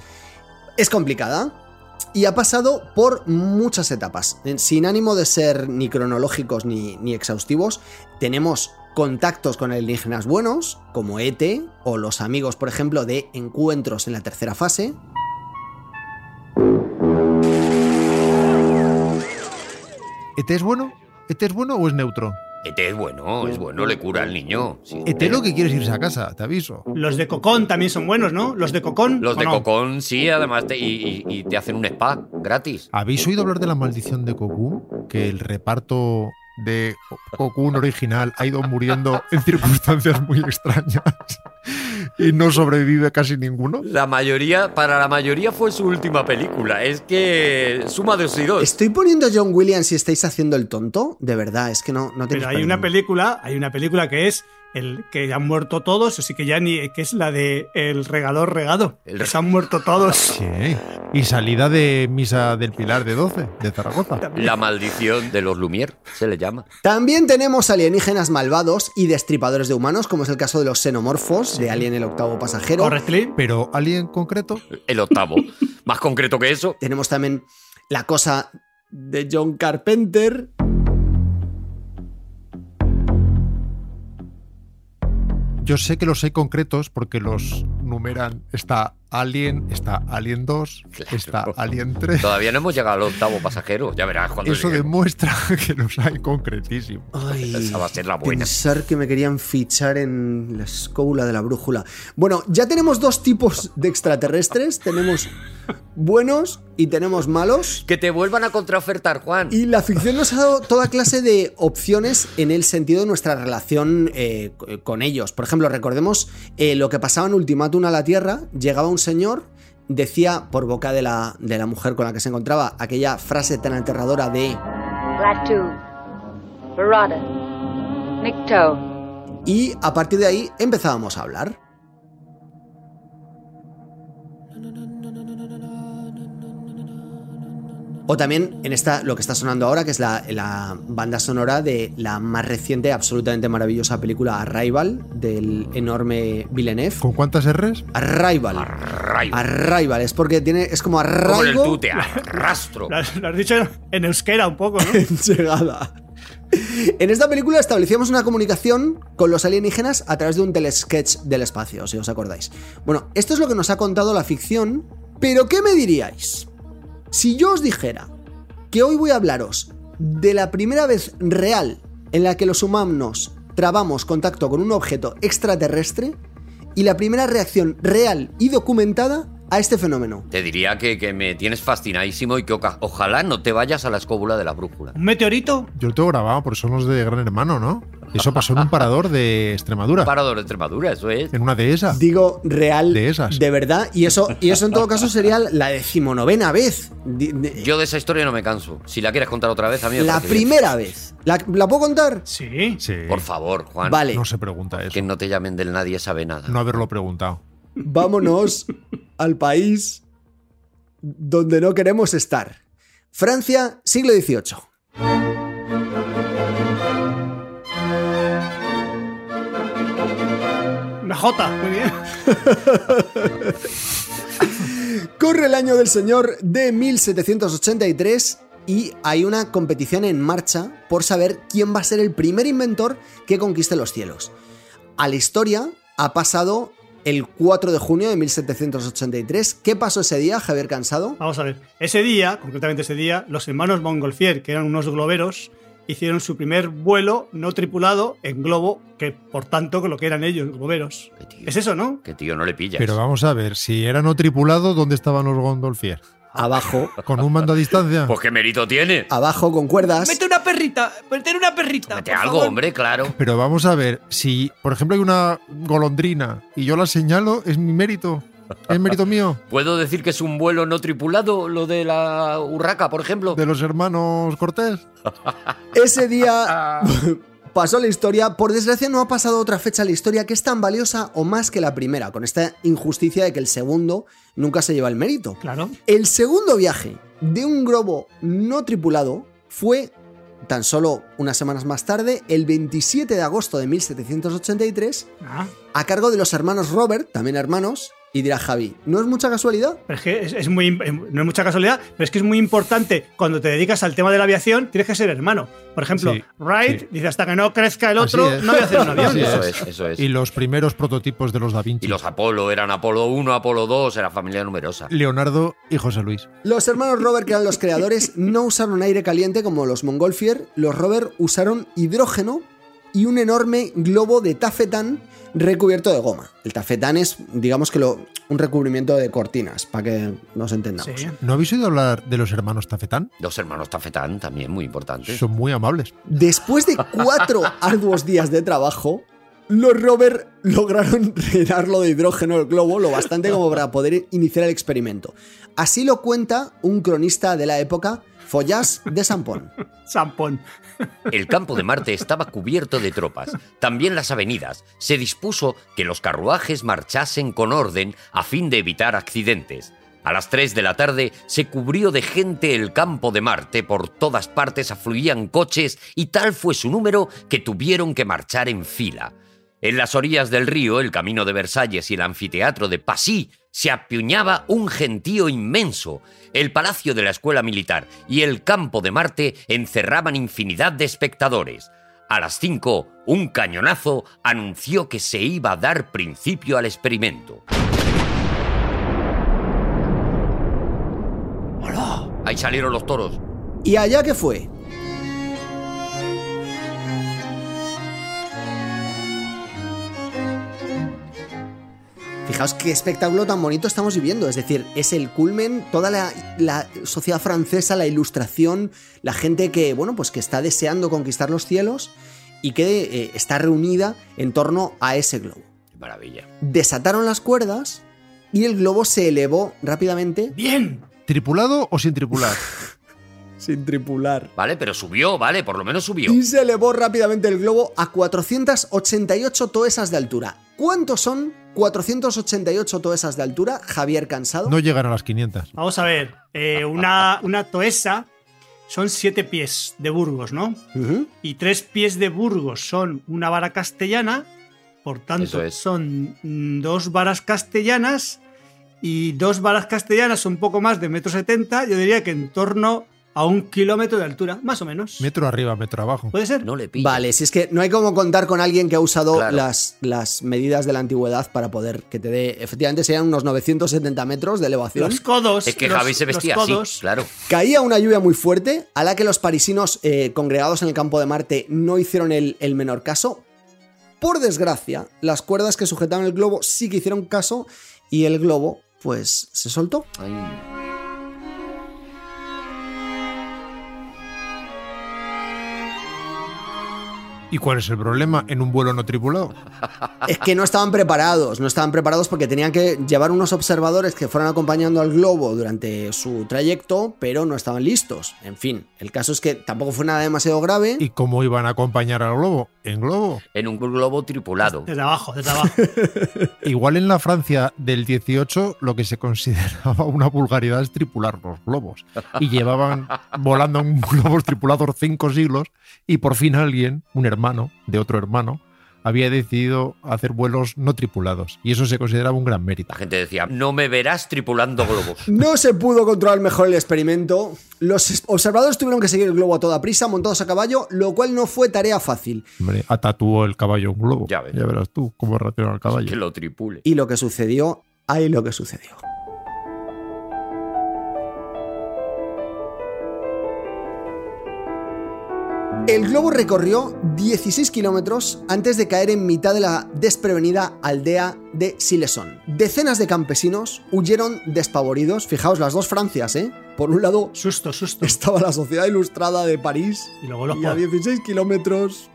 D: Es complicada y ha pasado por muchas etapas. Sin ánimo de ser ni cronológicos ni, ni exhaustivos, tenemos contactos con alienígenas buenos, como ET o los amigos, por ejemplo, de encuentros en la tercera fase,
C: ¿E ¿ET es bueno? ¿ET es bueno o es neutro?
A: Ete Este es bueno, es bueno, le cura al niño. Sí.
C: Ete lo que quieres irse a casa, te aviso.
B: Los de Cocón también son buenos, ¿no? Los de Cocón.
A: Los
B: ¿o
A: de
B: no?
A: Cocón, sí, además, te, y, y- y te hacen un spa gratis.
C: ¿Habéis oído hablar de la maldición de Cocoon? Que el reparto de Cocoon original ha ido muriendo en circunstancias muy extrañas y no sobrevive casi ninguno.
A: La mayoría, para la mayoría fue su última película. Es que suma dos y
B: Pues-
A: dos.
D: Estoy poniendo a John Williams si estáis haciendo el tonto. De verdad, es que no, no tenéis
B: Pero hay
D: perdón.
B: una película, hay una película que es el que han muerto todos, así que ya ni que es la de El regador regado.
A: El
B: que
A: re-
B: se han muerto todos.
C: Sí. Y salida de misa del Pilar de 12, de Zaragoza.
A: [laughs] La maldición de los Lumière, se le llama.
D: También tenemos alienígenas malvados y destripadores de humanos, como es el caso de los xenomorfos de Alien el octavo pasajero.
B: Correctly.
C: Pero alguien concreto,
A: El octavo. Más concreto que eso.
D: Tenemos también la cosa de John Carpenter.
C: yo sé que los hay concretos porque los numeran. Está Alien, está Alien 2, está Alien 3.
A: Todavía no hemos llegado al octavo pasajero. Ya verás cuando
C: Eso
A: lleguemos.
C: demuestra [laughs] que los hay concretísimos.
D: Ay,
A: Esa va a ser la buena.
D: Pensar que me querían fichar en la escóbula de la brújula. Bueno, ya tenemos dos tipos de extraterrestres. Tenemos buenos y tenemos malos.
A: Que te vuelvan a contraofertar, Juan.
D: Y la ficción nos ha dado toda clase de opciones en el sentido de nuestra relación eh, c- con ellos. Por ejemplo, recordemos eh, lo que pasaba en Ultimátum a la Tierra. Llegaba un señor, decía por boca de la, de la mujer con la que se encontraba aquella frase tan aterradora de...
F: Ratu, Barada, Nikto.
D: Y a partir de ahí empezábamos a hablar. O también en esta, lo que está sonando ahora, que es la, la banda sonora de la más reciente, absolutamente maravillosa película Arrival, del enorme Villeneuve.
C: ¿Con cuántas R's?
D: Arrival.
A: Arraigo.
D: Arrival, es porque tiene, es como
A: Como en el
D: arraigo
A: tú te
B: [laughs]
A: arrastro.
B: Lo has, lo has dicho en euskera un poco,
A: [laughs]
B: ¿no?
D: en llegada. En esta película establecíamos una comunicación con los alienígenas a través de un telesketch del espacio, si os acordáis. Bueno, esto es lo que nos ha contado la ficción, pero ¿qué me diríais? Si yo os dijera que hoy voy a hablaros de la primera vez real en la que los humanos trabamos contacto con un objeto extraterrestre y la primera reacción real y documentada a este fenómeno.
A: Te diría que, que me tienes fascinadísimo y que oca- ojalá no te vayas a la escóbula de la brújula.
B: Un meteorito.
C: Yo lo tengo grabado porque son los de Gran Hermano, ¿no? Eso pasó en un parador de Extremadura.
A: Parador de Extremadura, eso es.
C: En una de esas.
D: Digo, real.
C: De esas.
D: De verdad. Y eso, y eso en todo caso sería la decimonovena vez. Di- de-
A: Yo de esa historia no me canso. Si la quieres contar otra vez, a mí me
D: la
A: parece bien.
D: primera vez. ¿La, la puedo contar?
B: Sí.
C: Sí.
A: Por favor, Juan.
D: Vale,
C: No se pregunta eso.
A: Que no te llamen del nadie sabe nada.
C: No haberlo preguntado.
D: vámonos al país donde no queremos estar. Francia, siglo XVIII.
B: Una jota. Muy bien.
D: Corre el año del señor de 1783 y hay una competición en marcha por saber quién va a ser el primer inventor que conquiste los cielos. A la historia ha pasado el 4 de junio de 1783. ¿Qué pasó ese día, Javier Cansado?
B: Vamos a ver. Ese día, concretamente ese día, los hermanos Montgolfier, que eran unos globeros, hicieron su primer vuelo no tripulado en globo, que por tanto con lo que eran ellos, globeros.
A: Qué tío.
B: Es eso, ¿no?
A: Que tío, no le pillas.
C: Pero vamos a ver, si era no tripulado, ¿dónde estaban los Gondolfier?
D: Abajo,
C: ¿Con un mando
A: [laughs]
C: a distancia?
A: Pues qué mérito tiene.
D: abajo con cuerdas.
G: una perrita, meter una perrita.
A: Mete
G: por
A: algo,
G: favor.
A: hombre, claro.
C: Pero vamos a ver, si por ejemplo hay una golondrina y yo la señalo, es mi mérito. Es mérito mío.
A: ¿Puedo decir que es un vuelo no tripulado lo de la urraca, por ejemplo?
C: De los hermanos Cortés.
D: Ese día [laughs] pasó a la historia. Por desgracia, no ha pasado otra fecha a la historia que es tan valiosa o más que la primera, con esta injusticia de que el segundo nunca se lleva el mérito.
B: Claro.
D: El segundo viaje de un globo no tripulado fue tan solo unas semanas más tarde, el 27 de agosto de 1783,
B: Ah,
D: a cargo de los hermanos Robert, también hermanos, y dirá Javi, ¿no es mucha casualidad?
B: pero es que es, es muy, em, no es mucha casualidad, pero es que es muy importante cuando te dedicas al tema de la aviación, tienes que ser hermano. Por ejemplo,
C: Sí,
B: Wright
C: sí.
B: dice hasta que no crezca el
C: Así
B: otro,
C: es.
B: no voy a
C: [laughs]
B: hacer un avión.
C: Así
A: eso
C: es.
A: es, eso es.
C: Y los primeros prototipos de los Da Vinci.
A: Y los Apolo eran Apolo 1, Apolo 2, era familia numerosa.
C: Leonardo y José Luis.
D: Los hermanos Robert, que eran los creadores, no usaron aire caliente como los Montgolfier, los Robert usaron hidrógeno y un enorme globo de tafetán recubierto de goma. El tafetán es, digamos que lo, un recubrimiento de cortinas, para que nos
B: Sí.
D: entendamos.
C: ¿No habéis oído hablar de los hermanos Tafetán?
A: Los hermanos Tafetán también muy importantes.
C: Son muy amables.
D: Después de cuatro arduos días de trabajo, los Robert lograron [laughs] llenarlo de hidrógeno el globo lo bastante como para poder iniciar el experimento. Así lo cuenta un cronista de la época, Follas de Sampón.
B: Sampón.
A: El campo de Marte estaba cubierto de tropas, también las avenidas. Se dispuso que los carruajes marchasen con orden a fin de evitar accidentes. A las 3 de la tarde se cubrió de gente el campo de Marte, por todas partes afluían coches y tal fue su número que tuvieron que marchar en fila. En las orillas del río, el camino de Versalles y el anfiteatro de Passy se apiuñaba un gentío inmenso. El palacio de la escuela militar y el campo de Marte encerraban infinidad de espectadores. A las cinco, un cañonazo anunció que se iba a dar principio al experimento. ¡Hola! Ahí salieron los toros.
D: ¿Y allá qué fue? Fijaos qué espectáculo tan bonito estamos viviendo. Es decir, es el culmen, toda la, la sociedad francesa, la ilustración, la gente que, bueno, pues que está deseando conquistar los cielos y que eh, está reunida en torno a ese globo.
A: ¡Qué maravilla!
D: Desataron las cuerdas y el globo se elevó rápidamente
B: Bien.
C: ¿Tripulado o sin tripular?
D: sin tripular.
A: Vale, pero subió, vale, por lo menos subió.
D: Y se elevó rápidamente el globo a 488 toesas de altura. ¿Cuántos son 488 toesas de altura, Javier Cansado?
C: No llegan a las 500.
B: Vamos a ver. eh, una, una toesa son siete pies de Burgos, ¿no?
D: Ujú.
B: Y tres pies de Burgos son una vara castellana. Por
A: Eso
B: tanto,
A: es.
B: son mm, dos varas castellanas. Y dos varas castellanas son un poco más de metro setenta. Yo diría que en torno a un kilómetro de altura, más o menos.
C: Metro arriba, metro abajo.
B: ¿Puede ser?
A: No le pillo.
D: Vale, si es que no hay como contar con alguien que ha usado
A: Claro.
D: las, las medidas de la antigüedad para poder que te dé. Efectivamente, serían unos 970 metros de elevación.
B: Los codos.
A: Es que
B: los-
A: Javi se
B: los
A: vestía así,
B: codos.
A: claro.
D: Caía una lluvia muy fuerte, a la que los parisinos eh, congregados en el campo de Marte no hicieron el, el menor caso. Por desgracia, las cuerdas que sujetaban el globo sí que hicieron caso y el globo, pues, se soltó.
A: Ay.
C: ¿Y cuál es el problema en un vuelo no tripulado?
D: Es que no estaban preparados, no estaban preparados porque tenían que llevar unos observadores que fueran acompañando al globo durante su trayecto, pero no estaban listos. En fin, el caso es que tampoco fue nada demasiado grave.
C: ¿Y cómo iban a acompañar al globo? En globo.
A: En un globo tripulado.
B: Desde abajo, desde
A: [laughs]
B: abajo.
C: Igual en la Francia del 18 lo que se [laughs] consideraba una vulgaridad es tripular los globos. Y llevaban volando en globos tripulados cinco siglos y por fin alguien, un hermano de otro hermano, había decidido hacer vuelos no tripulados. Y eso se consideraba un gran mérito.
A: La gente decía, no me verás tripulando
D: [laughs]
A: globos.
D: No se pudo controlar mejor el experimento. Los es- observadores tuvieron que seguir el globo a toda prisa, montados a caballo, lo cual no fue tarea fácil.
C: Hombre, atatuó el caballo un globo.
A: Ya ves.
C: verás tú cómo reacciona el
A: Que
C: caballo.
A: lo tripule.
D: Y lo que sucedió, ahí lo que sucedió. El globo recorrió 16 kilómetros antes de caer en mitad de la desprevenida aldea de Silesón. Decenas de campesinos huyeron despavoridos, fijaos las dos Francias, ¿eh? Por un lado
B: susto, susto.
D: [laughs] estaba la Sociedad Ilustrada de París
B: Y luego los
D: y a
B: codos.
D: 16 kilómetros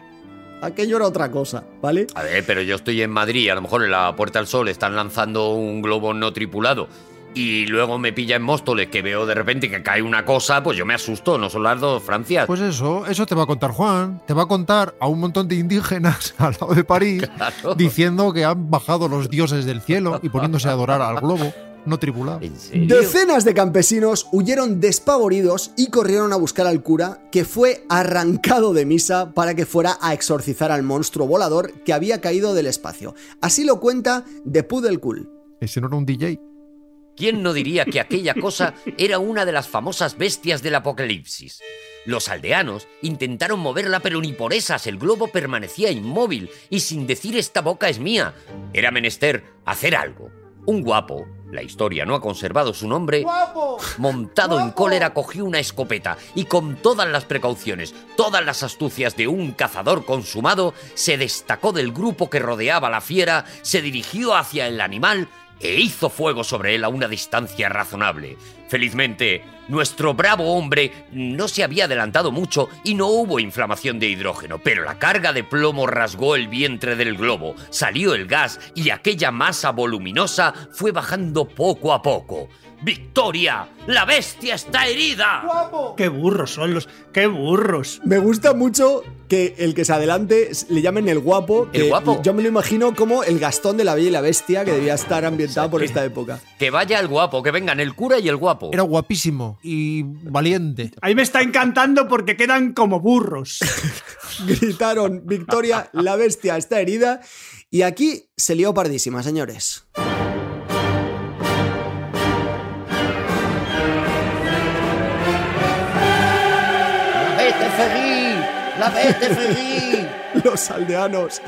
D: aquello era otra cosa, ¿vale?
A: A ver, pero yo estoy en Madrid, a lo mejor en la Puerta del Sol están lanzando un globo no tripulado y luego me pilla en Móstoles que veo de repente que cae una cosa, pues yo me asusto, no son las dos Francias.
C: Pues eso, eso te va a contar Juan. Te va a contar a un montón de indígenas [laughs] al lado de París
A: [laughs] Claro.
C: diciendo que han bajado los dioses del cielo y poniéndose a adorar al globo no tripulado.
A: ¿En serio?
D: Decenas de campesinos huyeron despavoridos y corrieron a buscar al cura, que fue arrancado de misa para que fuera a exorcizar al monstruo volador que había caído del espacio. Así lo cuenta The Poodle Cool.
C: Ese no era un DJ.
A: ¿Quién no diría que aquella cosa era una de las famosas bestias del apocalipsis? Los aldeanos intentaron moverla, pero ni por esas el globo permanecía inmóvil y sin decir esta boca es mía. Era menester hacer algo. Un guapo, la historia no ha conservado su nombre, montado en cólera cogió una escopeta y con todas las precauciones, todas las astucias de un cazador consumado, se destacó del grupo que rodeaba la fiera, se dirigió hacia el animal e hizo fuego sobre él a una distancia razonable. Felizmente, nuestro bravo hombre no se había adelantado mucho y no hubo inflamación de hidrógeno, pero la carga de plomo rasgó el vientre del globo, salió el gas y aquella masa voluminosa fue bajando poco a poco. ¡Victoria! ¡La bestia está herida!
B: ¡Qué burros son los! ¡Qué burros!
D: Me gusta mucho que el que se adelante le llamen el guapo.
A: El
D: que
A: guapo.
D: Yo me lo imagino como el Gastón de la Bella y la Bestia que debía estar ambientado por esta época.
A: Que vaya el guapo, que vengan el cura y el guapo.
C: Era guapísimo y valiente.
B: Ahí me está encantando porque quedan como
D: [laughs]
B: burros.
D: Gritaron, Victoria, la bestia está herida. Y aquí se lió pardísima, señores.
A: ¡La bestia feliz! ¡La bestia feliz!
D: Los aldeanos,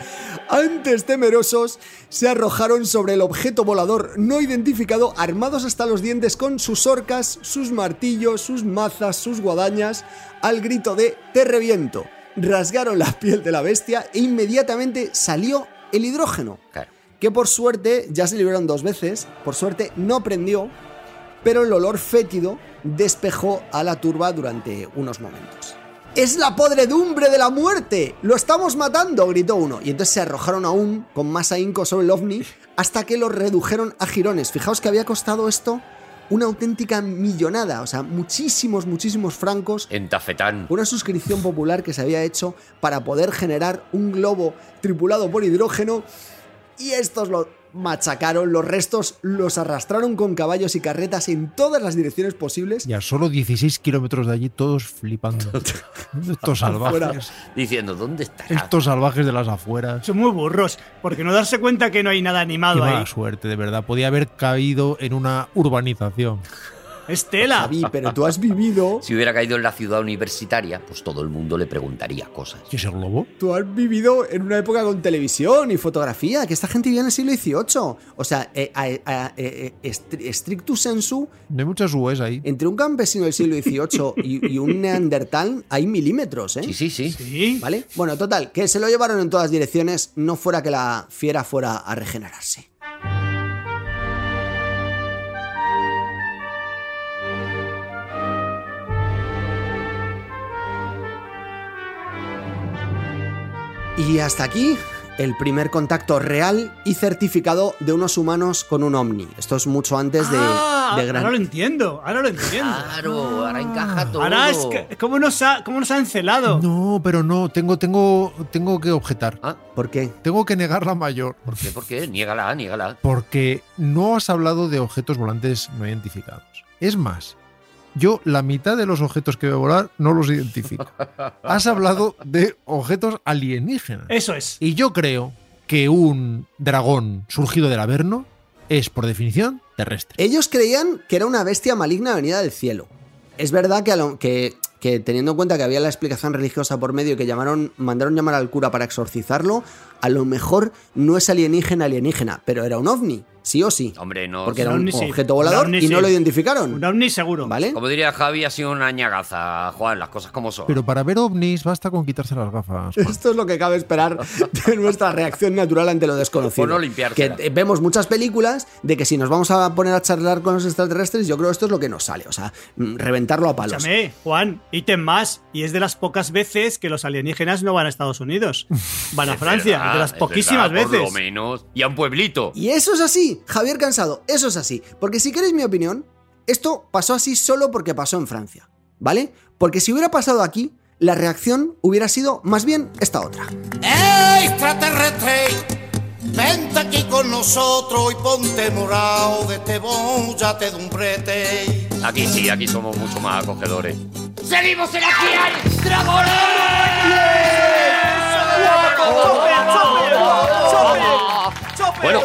D: antes temerosos, se arrojaron sobre el objeto volador no identificado, armados hasta los dientes con sus orcas, sus martillos, sus mazas, sus guadañas, al grito de ¡Te reviento! Rasgaron la piel de la bestia e inmediatamente salió el hidrógeno,
A: Claro.
D: que por suerte ya se libraron dos veces, por suerte no prendió, pero el olor fétido despejó a la turba durante unos momentos. ¡Es la podredumbre de la muerte! ¡Lo estamos matando! gritó uno. Y entonces se arrojaron aún con más ahínco sobre el ovni hasta que lo redujeron a jirones. Fijaos que había costado esto una auténtica millonada, o sea, muchísimos, muchísimos francos
A: En Tafetán.
D: una suscripción popular que se había hecho para poder generar un globo tripulado por hidrógeno y estos lo machacaron, los restos los arrastraron con caballos y carretas en todas las direcciones posibles.
C: Y a solo 16 kilómetros de allí, todos [laughs] flipando. Estos salvajes.
A: Diciendo, ¿dónde estará?
C: Estos salvajes de las afueras.
B: Son muy burros porque no darse cuenta que no hay nada
C: Qué
B: animado ahí.
C: mala suerte, de verdad. Podía haber caído en una urbanización.
B: Estela.
D: Javi, pero tú has vivido,
A: Si hubiera caído en la ciudad universitaria, pues todo el mundo le preguntaría cosas.
C: ¿Qué es el globo?
D: tú has vivido en una época con televisión y fotografía, que esta gente vivía en el siglo XVIII. O sea, eh, a- a- eh, eh, estri- strictu sensu,
C: No hay muchas UEs ahí.
D: entre un campesino del siglo XVIII y, y un neandertal hay milímetros, ¿eh?
A: Sí, sí, sí.
B: Sí.
D: ¿Vale? Bueno, total, que se lo llevaron en todas direcciones, no fuera que la fiera fuera a regenerarse. Y hasta aquí el primer contacto real y certificado de unos humanos con un ovni. Esto es mucho antes de,
B: Ah,
D: de Gran
B: Ahora lo entiendo, ahora lo entiendo.
A: Claro, ahora encaja todo.
B: Ah. Ahora es que, ¿cómo nos ha, cómo nos ha encelado?
C: No, pero no, tengo, tengo, tengo que objetar.
A: Ah,
D: ¿Por qué?
C: Tengo que negar la mayor.
A: ¿por qué? ¿Por qué? Niégala, niégala.
C: Porque no has hablado de objetos volantes no identificados. Es más, yo la mitad de los objetos que veo volar no
A: [laughs]
C: los identifico. Has hablado de objetos alienígenas.
B: Eso es.
C: Y yo creo que un dragón surgido del Averno es, por definición, terrestre.
D: Ellos creían que era una bestia maligna venida del cielo. Es verdad que, a lo- que- que teniendo en cuenta que había la explicación religiosa por medio y que llamaron, mandaron llamar al cura para exorcizarlo, a lo mejor no es alienígena alienígena, pero era un ovni, sí o sí.
A: Hombre, no.
D: Porque
A: no-
D: era un
B: ovni sí.
D: objeto
B: Un
D: volador
B: ovni
D: y no
B: sí.
D: lo
B: Un
D: identificaron.
B: ovni seguro.
D: ¿Vale?
A: Como diría Javi, ha sido una ñagaza, Juan, las cosas como son.
C: Pero para ver ovnis basta con quitarse las gafas.
D: Esto es lo que cabe esperar de nuestra reacción natural ante lo desconocido.
A: O Pues no limpiársela.
D: Que eh, vemos muchas películas de que si nos vamos a poner a charlar con los extraterrestres, yo creo que esto es lo que nos sale. O sea, mm, reventarlo a palos.
B: Escúchame, Juan, ítem más. Y es de las pocas veces que los alienígenas no van a Estados
D: [laughs]
B: Unidos. Van a
A: Es
B: Francia,
A: verdad,
B: de las
A: es
B: poquísimas
A: verdad, Por lo
B: veces.
A: menos. Y a un pueblito.
D: Y eso es así, Javier Cansado, eso es así. Porque si queréis mi opinión, esto pasó así solo porque pasó en Francia, ¿vale? Porque si hubiera pasado aquí, la reacción hubiera sido más bien esta otra.
H: ¡Ey, extraterrestre! Vente aquí con nosotros y ponte morado de este bollate de un brete.
A: Aquí sí, aquí somos mucho más acogedores.
G: ¡Seguimos en la Kiari! ¡Dragones!
A: ¡Guapo!
G: ¡Chope, chope, chope!
A: Bueno,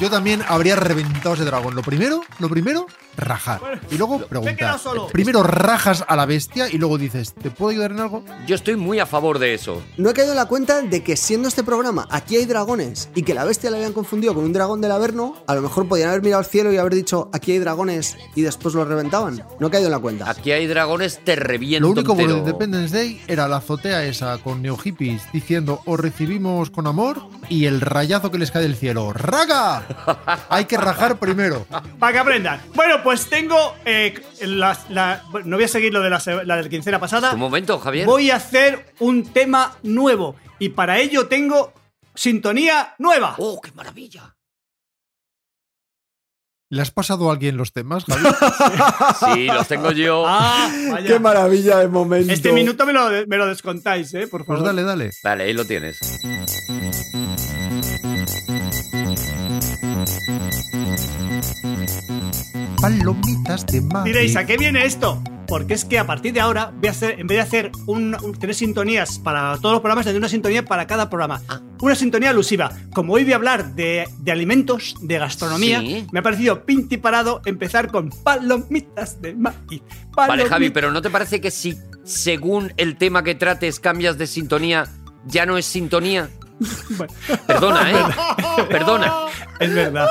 C: Yo también habría reventado ese dragón. Lo primero, lo primero, rajar. Y luego preguntar.
B: quedado solo.
C: Primero rajas a la bestia y luego dices, ¿te puedo ayudar en algo?
A: yo estoy muy a favor de eso.
D: No he caído en la cuenta de que siendo este programa Aquí hay dragones y que la bestia la habían confundido con un dragón del Averno, a lo mejor podían haber mirado al cielo y haber dicho Aquí hay dragones y después lo reventaban. No he caído en la cuenta.
A: Aquí hay dragones, te reviento
C: Lo único por el
A: entero.
C: Independence Day era la azotea esa con neo hippies diciendo os recibimos con amor y el rayazo que les cae del
A: [laughs]
C: cielo. ¡Raga! Hay que rajar primero.
B: Para que aprendan. Bueno, pues tengo. eh, las- la- bueno, no voy a seguir lo de la, se- la de la quincena pasada.
A: Un momento, Javier.
B: Voy a hacer un tema nuevo. Y para ello tengo sintonía nueva.
A: ¡Oh, qué maravilla!
C: ¿Le has pasado a alguien los
B: [laughs]
C: temas, Javier?
A: Sí, los tengo yo.
B: Ah, vaya.
D: [laughs] ¡Qué maravilla de momento!
B: Este minuto me lo, me lo descontáis, ¿eh? Por
C: Pues
B: favor.
C: dale, dale.
A: Vale, ahí lo tienes.
C: Palomitas de maíz.
B: Diréis, ¿a qué viene esto? Porque es que a partir de ahora voy a hacer, en vez de hacer un, un- tener sintonías para todos los programas, tendré una sintonía para cada programa.
A: Ah.
B: Una sintonía alusiva. Como hoy voy a hablar de, de alimentos, de gastronomía,
A: Sí.
B: me ha parecido pintiparado empezar con palomitas de maíz.
A: Vale, Javi,
B: Palomitas-
A: pero ¿no te parece que si según el tema que trates cambias de sintonía, ya no es sintonía?
B: [laughs] Bueno, [laughs]
A: Perdona, ¿eh? Perdona.
B: es verdad.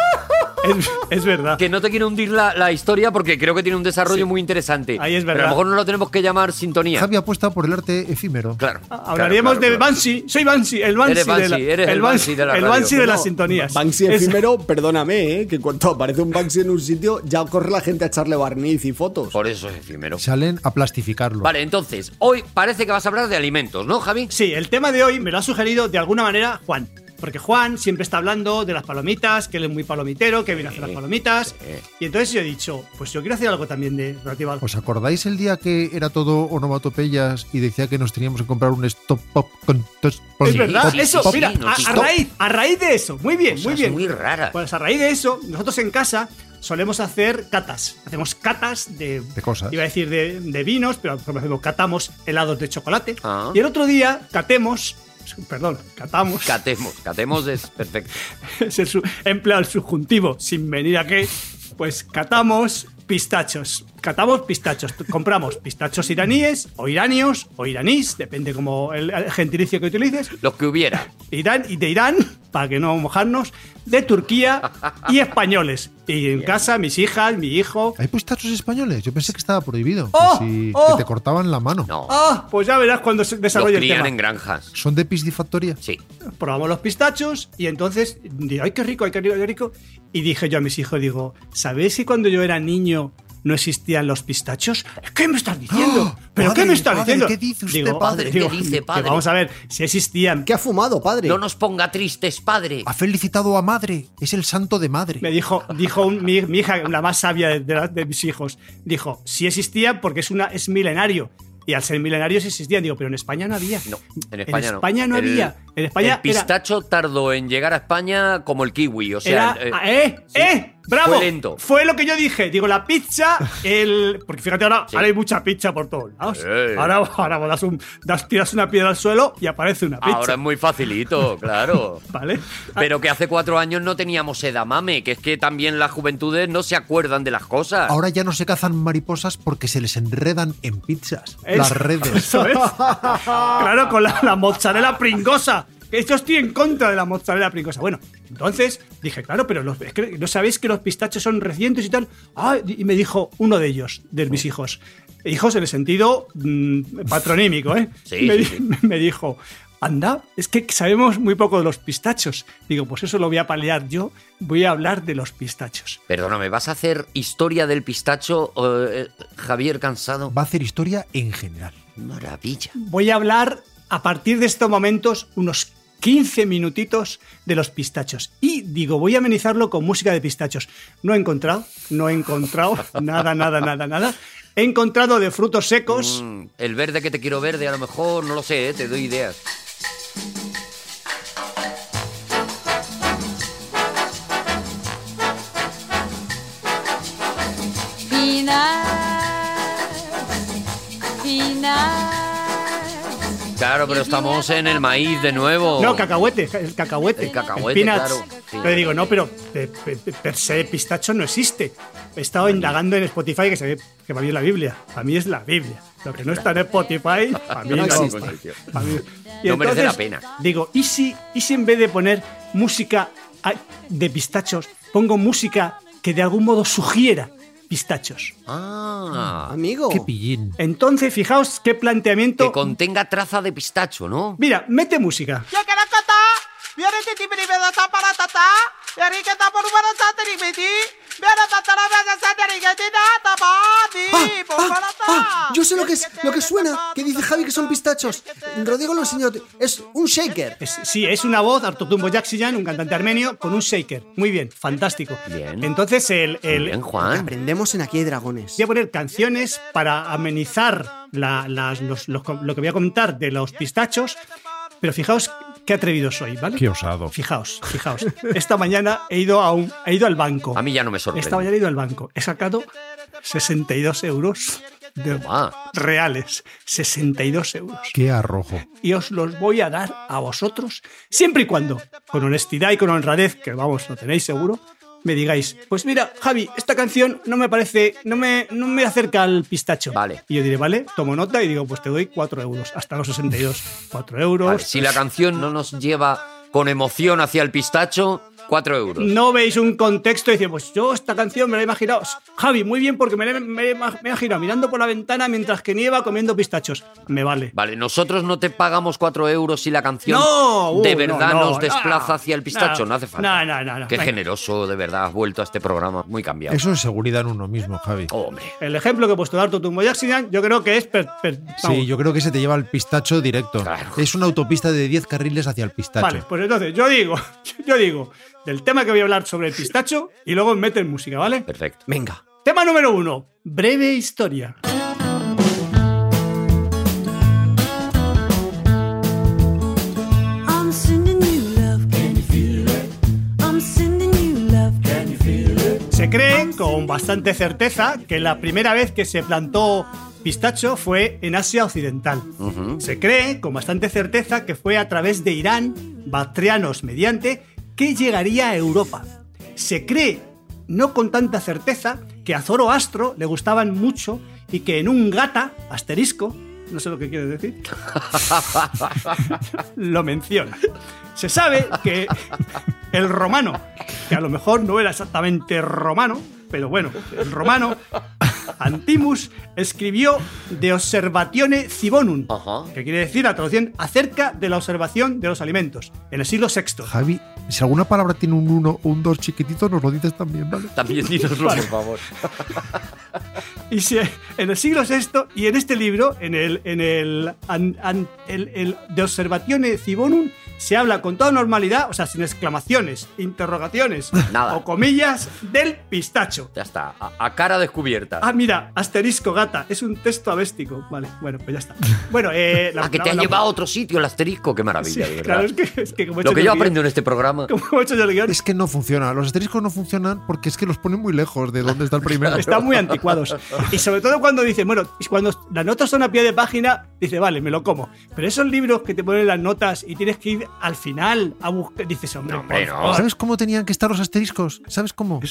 B: Es, es verdad.
A: Que no te quiero hundir la, la historia porque creo que tiene un
B: Sí.
A: desarrollo muy interesante.
B: Ahí es
A: Pero a
B: verdad.
A: lo mejor no lo tenemos que llamar sintonía.
C: Javi apuesta por el arte efímero.
A: Claro. claro,
B: Ah, Hablaríamos
A: claro,
B: del
A: claro.
B: Banshee. Soy Banshee. El Banshee,
A: Eres
B: de la,
A: Banshee, eres el Banshee de la
B: el
A: radio.
B: Banshee de las
D: No,
B: sintonías.
D: Banksy
B: Es-
D: efímero, perdóname, ¿eh? que cuando aparece un Banksy en un sitio ya corre la gente a echarle barniz y fotos.
A: Por eso es efímero.
C: Salen a plastificarlo.
A: Vale, entonces, hoy parece que vas a hablar de alimentos, ¿no, Javi?
B: Sí, el tema de hoy me lo ha sugerido de alguna manera Juan. Porque Juan siempre está hablando de las palomitas, que él es muy palomitero, que viene a hacer las palomitas. Y entonces yo he dicho, pues yo quiero hacer algo también de relativo al-
A: Pues,
C: ¿Os acordáis el día que era todo onomatopeyas y decía que nos teníamos que comprar un stop pop con tos-
B: Es
C: pop-
B: verdad,
C: pop-
A: pues sí,
B: eso,
A: sí,
C: pop-
B: mira,
A: sí,
B: a,
A: sí,
B: a
A: no.
B: raíz, a raíz de eso. Muy bien,
A: Cosas
B: muy bien.
A: muy raras.
B: Pues a raíz de eso, nosotros en casa solemos hacer catas. Hacemos catas de,
C: De cosas.
B: Iba a decir de, de vinos, pero por ejemplo catamos helados de chocolate.
A: Ah.
B: Y el otro día catemos, perdón, catamos.
A: Catemos, catemos es perfecto.
B: [laughs] se su- emplea el subjuntivo sin venir a qué, pues catamos pistachos. Catamos pistachos. T- Compramos pistachos iraníes o iranios o iranís, depende como el el gentilicio que utilices.
A: Los que hubiera.
B: Irán y de Irán, para que no mojarnos, de Turquía y españoles. Y en casa, mis hijas, mi hijo.
C: ¿Hay pistachos españoles? Yo pensé que estaba prohibido. que
B: ¡Oh!
C: si-
B: ¡Oh!
C: Que te cortaban la mano.
A: No.
B: ¡Ah! Pues ya verás cuando se
A: Los
B: desarrolle el
A: crían
B: tema.
A: en granjas.
C: ¿Son de piscifactoría?
A: Sí.
B: probamos los pistachos y entonces dije, ay, qué rico, ay, qué rico, qué rico. Y dije yo a mis hijos, digo, ¿sabéis que cuando yo era niño no existían los pistachos? ¿Qué me estás diciendo?
C: ¡Ah!
B: ¿Pero
C: Padre,
B: qué me estás
C: padre,
B: diciendo?
C: ¿qué dice usted,
B: Digo,
A: padre? ¿Qué
B: digo,
A: dice,
B: que
A: padre?
B: Vamos a ver, si existían.
D: ¿Qué ha fumado, padre?
A: No nos ponga tristes, padre.
C: Ha felicitado a madre. Es el santo de madre.
B: Me dijo, dijo un- mi, mi hija, la más sabia de, de la- de mis hijos, dijo, sí existían porque es, una, es milenario. Y al ser milenario sí existían. Digo, pero en España no había.
A: No, en España no.
B: España no
A: El-
B: había. En España
A: el pistacho tardó en llegar a España como el kiwi. O sea,
B: Era,
A: eh,
B: ah, ¡Eh!
A: sí,
B: ¡Eh! ¡Bravo!
A: Fue lento.
B: Fue lo que yo dije. Digo, la pizza, el. Porque fíjate, ahora,
A: Sí.
B: ahora hay mucha pizza por todos lados.
A: Sí.
B: Ahora, ahora das un, das- tiras una piedra al suelo y aparece una pizza. Ah.
A: Ahora es
B: [laughs]
A: muy facilito, claro.
B: ¿Vale?
A: Pero que hace cuatro años no teníamos edamame, que es que también las juventudes no se acuerdan de las cosas.
C: Ahora ya no se cazan mariposas porque se les enredan en pizzas.
B: Es-
C: Las redes. [laughs]
B: Eso es. claro, con la, la mozzarella pringosa. Que Yo estoy en contra de la mozzarella pringosa. Bueno, entonces dije, claro, pero los, es que no sabéis que los pistachos son recientes y tal. Ah, y me dijo uno de ellos, de mis hijos. Hijos en el sentido mm, patronímico, ¿eh?
A: Sí,
B: me,
A: sí,
B: di- [laughs] me dijo, anda, es que sabemos muy poco de los pistachos. Digo, pues eso lo voy a paliar yo, voy a hablar de los pistachos.
A: Perdóname, ¿vas a hacer historia del pistacho, eh, Javier Cansado?
C: Va a hacer historia en general.
A: Maravilla.
B: voy a hablar a partir de estos momentos unos 15 minutitos de los pistachos. Y digo, voy a amenizarlo con música de pistachos. No he encontrado, no he
A: [laughs]
B: encontrado nada, nada, nada, nada. He encontrado de frutos secos.
A: Mm, el verde que te quiero verde, a lo mejor, no lo sé, eh, te doy ideas.
F: Peanuts, peanuts,
A: Claro, pero estamos en el maíz de nuevo.
B: No, cacahuete, el cacahuete.
A: oh. El cacahuete,
B: peanuts.
A: claro. Sí.
B: Pero digo, no, pero eh, pe- pe- per se pistacho no existe. He estado indagando en Spotify, que se ve que para mí es la Biblia. Para mí es la Biblia. Lo que no está en Spotify, para mí
A: No
B: no,
A: existe.
B: Para
A: [laughs]
B: mí-
A: No merece la pena.
B: Digo, ¿y si, ¿y si en vez de poner música a- de pistachos, pongo música que de algún modo sugiera pistachos?
A: Ah,
D: Amigo.
C: Qué pillín.
B: Entonces, fijaos qué planteamiento.
A: que contenga traza de pistacho, ¿no?
B: Mira, mete música.
D: Ah,
A: pues,
D: ah, ah, yo sé lo que es, lo que suena, que dice Javi que son pistachos. Rodrigo lo enseñó. Es un shaker.
B: Es- sí, es una voz, Artotumbo Jaxiyan, un cantante armenio, con un shaker. Muy bien, fantástico.
A: Bien.
B: Entonces, el, el-
A: Bien, Juan.
D: Aprendemos en Aquí hay dragones.
B: voy a poner canciones para amenizar la- las- los- los- lo que voy a comentar de los pistachos, pero fijaos qué atrevido soy, ¿vale?
C: Qué osado.
B: Fijaos, fijaos. Esta mañana he ido, a un, he ido al banco.
A: A mí ya no me
B: Esta
A: sorprende.
B: mañana he ido al banco. He sacado 62 euros de
A: Toma.
B: reales. 62 euros
C: Qué arrojo.
B: y os los voy a dar a vosotros, siempre y cuando, con honestidad y con honradez, que vamos, lo tenéis seguro, me digáis, pues mira, Javi, esta canción no me parece, no me, no me acerca al pistacho.
A: Vale.
B: Y yo diré, vale, tomo nota y digo, pues te doy 4 euros, hasta los 62. 4 euros.
A: Vale, si la canción no nos lleva con emoción hacia el pistacho, 4 euros.
B: No veis un contexto y dices, pues yo esta canción me la he imaginado. Javi, muy bien, porque me la he- me, he- me he imaginado mirando por la ventana mientras que nieva comiendo pistachos. Me vale.
A: Vale, nosotros no te pagamos 4 euros si la canción
B: No, uh,
A: de
B: no,
A: verdad
B: no,
A: nos desplaza
B: no,
A: hacia el pistacho.
B: no,
A: No, hace falta.
B: no, no, no, no.
A: Qué
B: Venga.
A: generoso, de verdad, has vuelto a este programa muy cambiado.
C: Eso es seguridad en uno mismo, Javi.
A: Oh, hombre.
B: El ejemplo que he puesto de Arto Tumbo Jackson, yo creo que es. per- per- vamos,
C: Sí, yo creo que se te lleva al pistacho directo.
A: Claro.
C: Es una autopista de 10 carriles hacia el pistacho.
B: Vale, pues entonces yo digo, [laughs] yo digo del tema que voy a hablar sobre el pistacho y luego meten música, ¿vale?
A: Perfecto.
D: Venga.
B: Tema número uno, breve historia.
I: I'm sending you love, can you feel it? I'm sending you love, can you feel it?
B: Se cree con bastante certeza que la primera vez que se plantó pistacho fue en Asia Occidental. Se cree con bastante certeza que fue a través de Irán, bactrianos mediante, que llegaría a Europa. Se cree, no con tanta certeza, que a Zoroastro le gustaban mucho y que en un gata, asterisco, no sé lo que quiere decir, lo menciona. Se sabe que el romano, que a lo mejor no era exactamente romano, pero bueno, el romano Antimus escribió De Observatione Cibonum,
A: Ajá.
B: que quiere decir, la traducción, acerca de la observación de los alimentos, en el siglo VI.
C: Javi, si alguna palabra tiene un 1 o un 2 chiquitito, nos lo dices también, ¿vale?
A: También dínoslo, por favor.
B: Y se- en el siglo VI, y en este libro, en el, en el, an- an- el- el De Observatione Cibonum, se habla con toda normalidad, o sea, sin exclamaciones, interrogaciones
A: Nada.
B: o comillas, del pistacho.
A: Ya está, a, a cara descubierta.
B: Ah, mira, asterisco gata, es un texto avéstico. Vale, bueno, pues ya está. Bueno,
A: [laughs]
B: eh, la-
A: Ah, que te
B: la-
A: ha
B: la-
A: llevado a otro sitio el asterisco, qué
B: Sí,
A: maravilla, de verdad.
B: claro, es que, es que como he
A: Lo
B: hecho
A: que
B: el
A: yo
B: guión-
A: aprendo en este programa.
B: como he hecho yo el guión,
C: Es que no funciona. Los asteriscos no funcionan porque es que los ponen muy lejos de donde está el
B: [laughs]
C: primero.
B: están muy anticuados. Y sobre todo cuando dicen, bueno, y cuando las notas son a pie de página, dice, vale, me lo como. Pero esos libros que te ponen las notas y tienes que ir al final a buscar, dices, hombre,
A: No, hombre,
B: por
A: no.
B: favor,
C: ¿Sabes cómo tenían que estar los asteriscos? ¿Sabes cómo?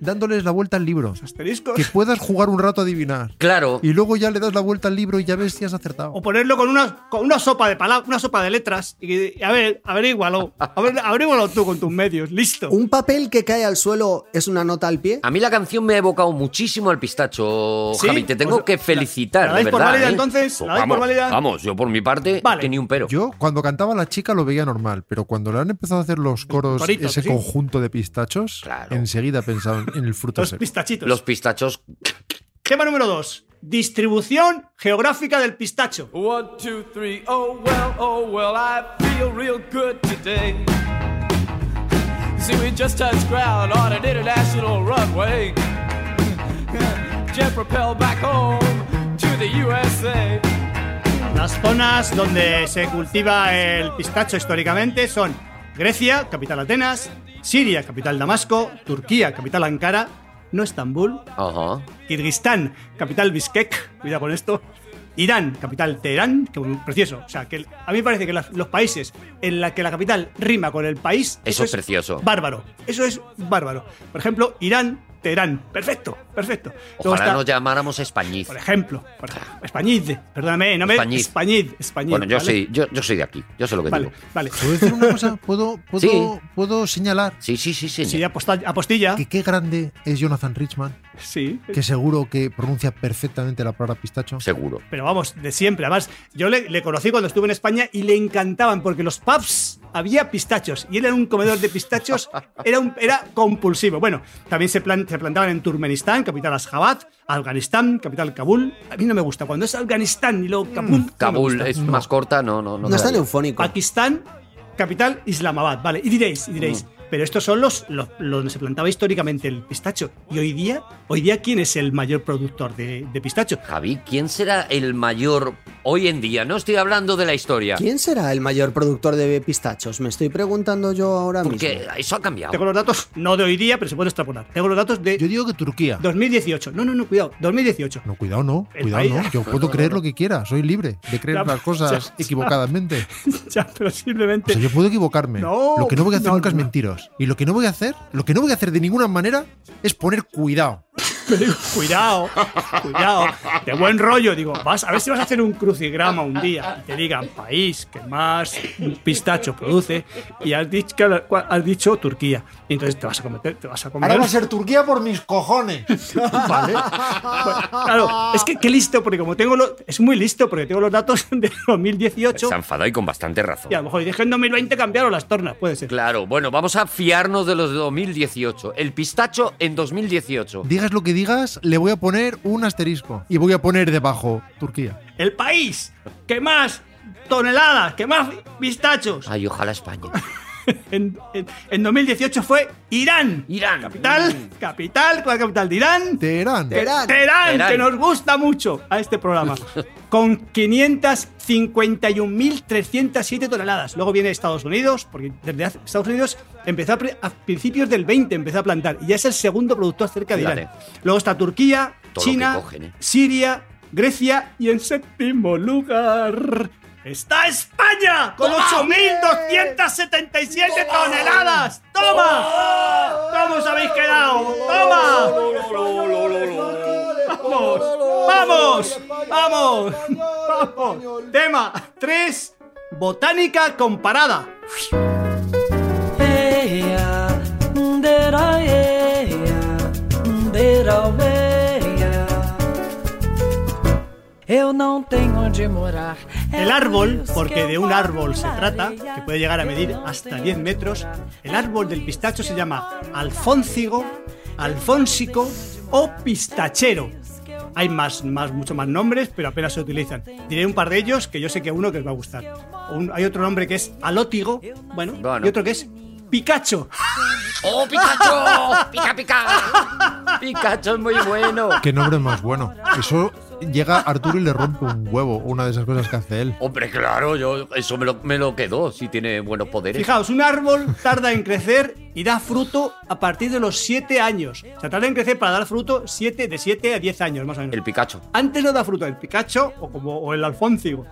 C: Dándoles la vuelta al libro.
B: asteriscos.
C: Que puedas jugar un rato a adivinar.
A: Claro,
C: Y luego ya le das la vuelta al libro y ya ves si has acertado.
B: O ponerlo con una, con una sopa de palabras, una sopa de letras. Y, y a ver,
A: [laughs]
B: averígualo. A ver, averígualo tú con tus medios, listo.
D: Un papel que cae al suelo es una nota al pie.
A: a mí la canción me ha evocado muchísimo al pistacho,
B: ¿Sí?
A: Javi. Te tengo
B: Pues,
A: que
B: ¿la-
A: felicitar,
B: la
A: de
B: dais por
A: verdad.
B: válida,
A: ¿eh?
B: entonces? ¿La dais por
A: vamos,
B: válida?
A: Vamos, yo por mi parte,
B: Vale.
A: que ni un pero.
C: Yo, cuando cantaba la chica, lo veía normal, pero cuando le han empezado a hacer los coros,
B: Corito,
C: ese
B: sí.
C: conjunto de pistachos,
A: Claro.
C: enseguida pensaban en el fruto
B: Los
C: seco.
B: pistachitos.
A: Los pistachos.
B: Tema número 2. Distribución geográfica del pistacho.
J: One, two, three, oh well, oh well, I feel real good today. See, we just touched ground on an international runway. Jet propelled back home to the USA.
B: Las zonas donde se cultiva el pistacho históricamente son Grecia, capital Atenas, Siria, capital Damasco, Turquía, capital Ankara, no Estambul,
A: Ajá.
B: Kirguistán, capital Bishkek, cuidado con esto, Irán, capital Teherán, que precioso. O sea, que a mí me parece que las- los países en la que la capital rima con el país.
A: Eso es precioso.
B: Bárbaro. Eso es bárbaro. Por ejemplo, Irán, Teherán. Perfecto, perfecto. Luego
A: Ojalá
B: está-
A: nos llamáramos españiz.
B: por ejemplo, por ejemplo, Españid, perdóname, no me.
A: Españiz.
B: Españid, Españid,
A: Bueno, yo,
B: ¿vale?
A: soy, yo, yo soy de aquí, yo sé lo que
B: Vale,
A: digo.
B: vale.
C: ¿Puedo decir una cosa? ¿Puedo, puedo,
A: Sí.
C: puedo señalar
A: Sí, sí, sí, sí.
B: Sí, aposta- apostilla.
C: que qué grande es Jonathan Richman,
B: Sí.
C: que seguro que pronuncia perfectamente la palabra pistacho?
A: Seguro.
B: Pero vamos, de siempre. Además, yo le, le conocí cuando estuve en España y le encantaban porque los pubs había pistachos y él era un comedor de
A: [laughs]
B: pistachos, era, un, era compulsivo. Bueno, también se, plan- se plantaban en Turkmenistán, capital Ashgabat, Afganistán, capital Kabul. A mí no me gusta. Cuando es Afganistán y luego Kabul. no me
A: Kabul
B: gusta.
A: es más corta, no, no,
D: No
A: no.
D: es tan
A: daría.
D: eufónico.
B: Pakistán, capital Islamabad, vale. Y diréis, y diréis, pero estos son los, los, los donde se plantaba históricamente el pistacho. Y hoy día, hoy día, ¿quién es el mayor productor de, de pistacho?
A: Javi, ¿quién será el mayor hoy en día? No estoy hablando de la historia.
D: ¿Quién será el mayor productor de pistachos? Me estoy preguntando yo ahora
A: Porque
D: mismo.
A: eso ha cambiado.
B: Tengo los datos, no de hoy día, pero se puede extrapolar. Tengo los datos
C: Yo
B: de
C: digo que Turquía.
B: 2018. No, no, no, cuidado, [laughs] 2018.
C: No, cuidado no,
B: El
C: cuidado
B: país-
C: no. Yo puedo creer lo que quiera, soy libre de
B: Ya,
C: creer las cosas
B: ya, ya. [laughs]
C: equivocadamente.
B: ya, pero
C: O
B: simplemente.
C: sea, yo puedo equivocarme.
B: No,
C: lo que no voy a hacer
B: no,
C: nunca es
B: no.
C: mentiros. Y lo que no voy a hacer, lo que no voy a hacer de ninguna manera es poner cuidado.
B: Cuidado, cuidado, de buen rollo. Digo, vas a ver si vas a hacer un crucigrama un día y te digan país que más pistacho produce y has dicho, que has dicho Turquía. Y entonces te vas a cometer, te vas a comer.
C: ser Turquía por mis cojones.
B: Vale. Bueno, claro, es que qué listo, porque como tengo los. Es muy listo, porque tengo los datos [laughs] de 2018
A: Se ha enfadado y con bastante razón.
B: y a lo mejor dije en 2020 cambiaron las tornas, puede ser.
A: Claro, bueno, vamos a fiarnos de los de 2018. El pistacho en 2018.
C: Digas lo que digas, le voy a poner un asterisco. Y voy a poner debajo Turquía.
B: El país que más toneladas, que más pistachos
A: Ay,
B: [laughs]
A: ojalá España.
B: en, en- en 2018 fue Irán.
A: Irán.
B: Capital, capital, ¿cuál es la capital de Irán?
C: Teherán.
D: Verán.
B: Teherán,
A: Teherán.
B: que nos gusta mucho a este programa. Con 551.307 toneladas. Luego viene Estados Unidos, porque desde hace- Estados Unidos empezó a, pre- a principios del 20 empezó a plantar y ya es el segundo productor cerca de Irán.
A: Fíjate.
B: Luego está Turquía,
A: Todo lo
B: China,
A: que cogen, ¿eh?
B: Siria, Grecia y en séptimo lugar está España con 8.277 toneladas. ¡Toma! ¿Cómo os habéis quedado? ¡Toma! ¡Vamos! ¡Vamos! ¡Vamos! ¡Vamos! Tema 3. Botánica comparada.
I: Eu não tenho onde morar.
B: El árbol, porque de un árbol se trata, que puede llegar a medir hasta 10 metros, el árbol del pistacho se llama alfóncigo, alfónsico o pistachero. Hay más, más, mucho más nombres, pero apenas se utilizan. Diré un par de ellos que yo sé que uno que os va a gustar. Un- hay otro nombre que es alótigo, bueno,
A: Bueno.
B: y otro que es Picacho.
A: ¡Oh, Pikachu! ¡Pica,
B: [laughs]
A: pica! Pikachu es muy bueno.
C: Qué nombre más bueno. Eso llega a Arturo y le rompe un huevo, una de esas cosas que hace él.
A: Hombre, claro, yo eso me lo, me lo quedó, si tiene buenos poderes.
B: Fijaos, un árbol tarda en crecer y da fruto a partir de los 7 años. O sea, tarda en crecer para dar fruto siete, de 7 a 10 años, más o menos.
A: El Pikachu.
B: Antes no da fruto el Picacho o, como, o el Alfónsigo.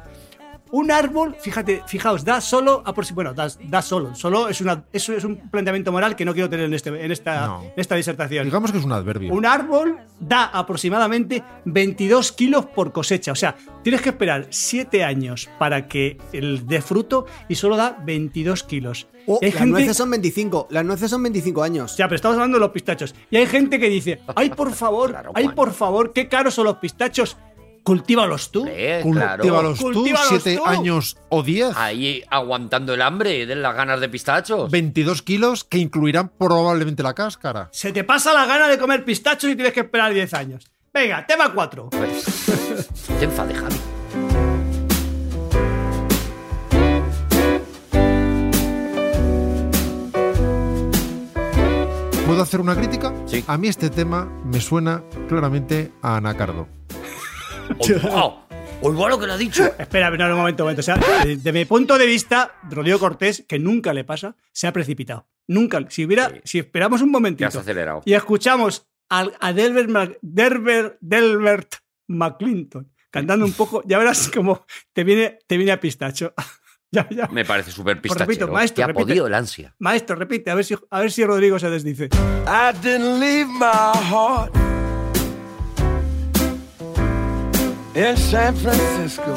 B: Un árbol, fíjate, fijaos, da solo aproxi- bueno, da, da solo, solo es una es, es un planteamiento moral que no quiero tener en este en esta
C: No.
B: en esta disertación.
C: Digamos que es un adverbio.
B: Un árbol da aproximadamente 22 kilos por cosecha. O sea, tienes que esperar 7 años para que el dé fruto y solo da 22 kilos.
D: Oh,
B: Y hay
D: las
B: gente-
D: nueces son 25. Las nueces son 25 años.
B: ya, pero estamos hablando de los pistachos. Y hay gente que dice, ay, por favor,
A: Claro,
B: ay,
A: Juan.
B: por favor, qué caros son los pistachos. Cultívalos tú.
A: Eh, claro.
C: Cultívalos tú,
B: Cultívalos
C: 7
B: tú.
C: años o 10.
A: Ahí aguantando el hambre de las ganas de pistachos.
C: 22 kilos que incluirán probablemente la cáscara.
B: Se te pasa la gana de comer pistachos y tienes que esperar 10 años. Venga, tema 4.
A: Te
B: [laughs]
A: enfade, Javi.
C: ¿Puedo hacer una crítica?
A: Sí.
C: A mí este tema me suena claramente a Anacardo.
A: Oy, guau. Oy, guau oh, lo que le ha dicho.
B: [laughs] Espera, no, no, un momento, un momento. O sea, de- desde mi punto de vista, Rodrigo Cortés, que nunca le pasa, se ha precipitado. Nunca. Si hubiera,
A: Sí.
B: si esperamos un
A: Te has
B: momentito
A: acelerado.
B: y escuchamos al- a, Delbert, Mac- Delbert- Delbert McClinton cantando un poco, ya verás como te viene, te viene a pistacho. [laughs] ya, ya.
A: Me parece súper
B: Pues
A: pistachero.
B: repito, maestro,
A: Te ha
B: repite.
A: podido el ansia.
B: Maestro, repite, a ver si, a ver si Rodrigo se desdice.
K: I didn't leave my heart in San Francisco.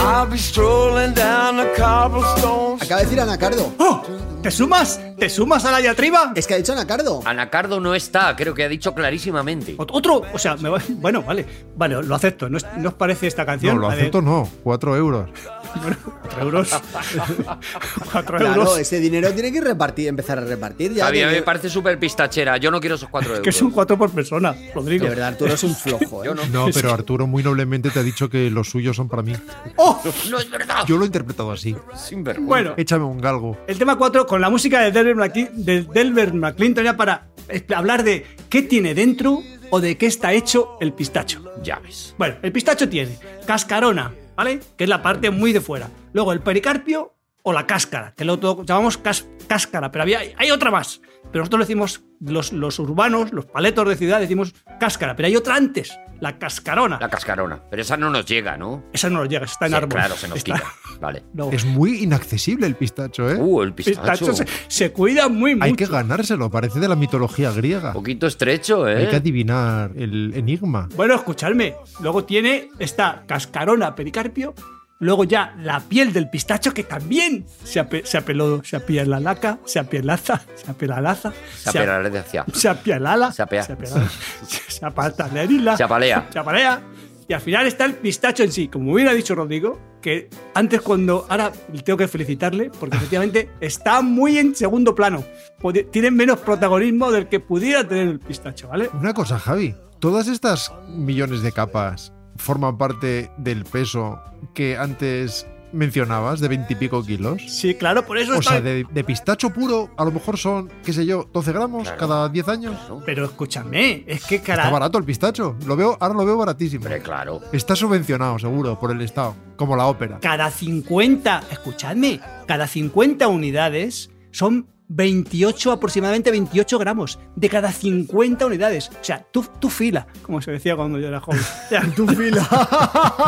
K: I'll be strolling down the cobblestones.
D: Acaba de decir Anacardo.
A: Ah.
B: ¿Te sumas? ¿Te sumas a la diatriba?
D: Es que ha dicho Anacardo.
A: Ah, Anacardo no está, creo que ha dicho clarísimamente.
B: Ot- Otro, o sea, me va- [laughs] bueno, vale, vale, lo acepto. ¿No, es- no os parece esta canción?
C: No, lo
B: La de
C: acepto no, 4 euros.
B: cuatro euros.
C: [laughs]
B: [laughs] Cuatro
D: Claro,
B: euros.
D: ese dinero tiene que repartir, empezar a repartir ya.
A: A mí
D: que-
A: me parece súper pistachera. Yo no quiero esos
B: [laughs]
A: cuatro euros.
B: Que son cuatro por persona, Rodrigo.
D: De verdad, Arturo es un flojo, ¿eh?
A: Yo no.
C: No, pero Arturo muy noblemente te ha dicho que los suyos son para mí.
A: No es verdad.
C: Yo lo he interpretado así.
A: Sin vergüenza.
B: Bueno,
C: Échame un galgo.
B: el tema 4 con la música de Delbert, McClin- de Delbert McClinton era para expl- hablar de qué tiene dentro o de qué está hecho el pistacho.
A: Ya ves.
B: Bueno, el pistacho tiene cascarona, ¿vale? Que es la parte muy de fuera. Luego el pericarpio o la cáscara, que lo otro llamamos cas- cáscara, pero había, hay otra más. Pero nosotros decimos, los, los urbanos, los paletos de ciudad, decimos cáscara, pero hay otra antes, la cascarona.
A: La cascarona. Pero esa no nos llega, ¿no?
B: Esa no nos llega, está en
A: Sí,
B: árbol.
A: claro, se nos
B: Está-
A: quita. Vale.
B: [laughs] No.
C: Es muy inaccesible el pistacho, ¿eh?
A: Uh, el pistacho.
B: Pistacho se, se cuida muy mucho.
C: Hay que ganárselo, parece de la mitología griega.
A: Poquito estrecho, ¿eh?
C: Hay que adivinar el enigma.
B: Bueno, escuchadme. Luego tiene esta cascarona pericarpio. Luego ya la piel del pistacho que también se, ape- se apeló, se apía la laca, se apielaza, se apelalaza,
A: Se apelará de hacia.
B: se apialala,
A: Se apea.
B: se apiala- [laughs] se apatanarila,
A: Se apalea.
B: se apalea. Y al final está el pistacho en sí, como hubiera dicho Rodrigo, que antes cuando, ahora tengo que felicitarle,
A: [laughs]
B: porque efectivamente está muy en segundo plano. Pode- Tiene menos protagonismo del que pudiera tener el pistacho, ¿vale?
C: Una cosa, Javi. Todas estas millones de capas forman parte del peso que antes mencionabas, de veintipico kilos.
B: Sí, claro, por eso
C: O
B: está
C: sea, de, de pistacho puro, a lo mejor son, qué sé yo, 12 gramos
A: Claro.
C: cada 10 años.
B: Pero escúchame, es que
C: Está
B: cara.
C: barato el pistacho. Lo veo, ahora lo veo baratísimo.
A: Hombre, claro.
C: Está subvencionado, seguro, por el Estado. Como la ópera.
B: Cada 50, escuchadme, cada 50 unidades son 28, aproximadamente 28 gramos. De cada 50 unidades. O sea, tú, tú fila, como se decía cuando yo era joven. O sea, tú fila. [laughs]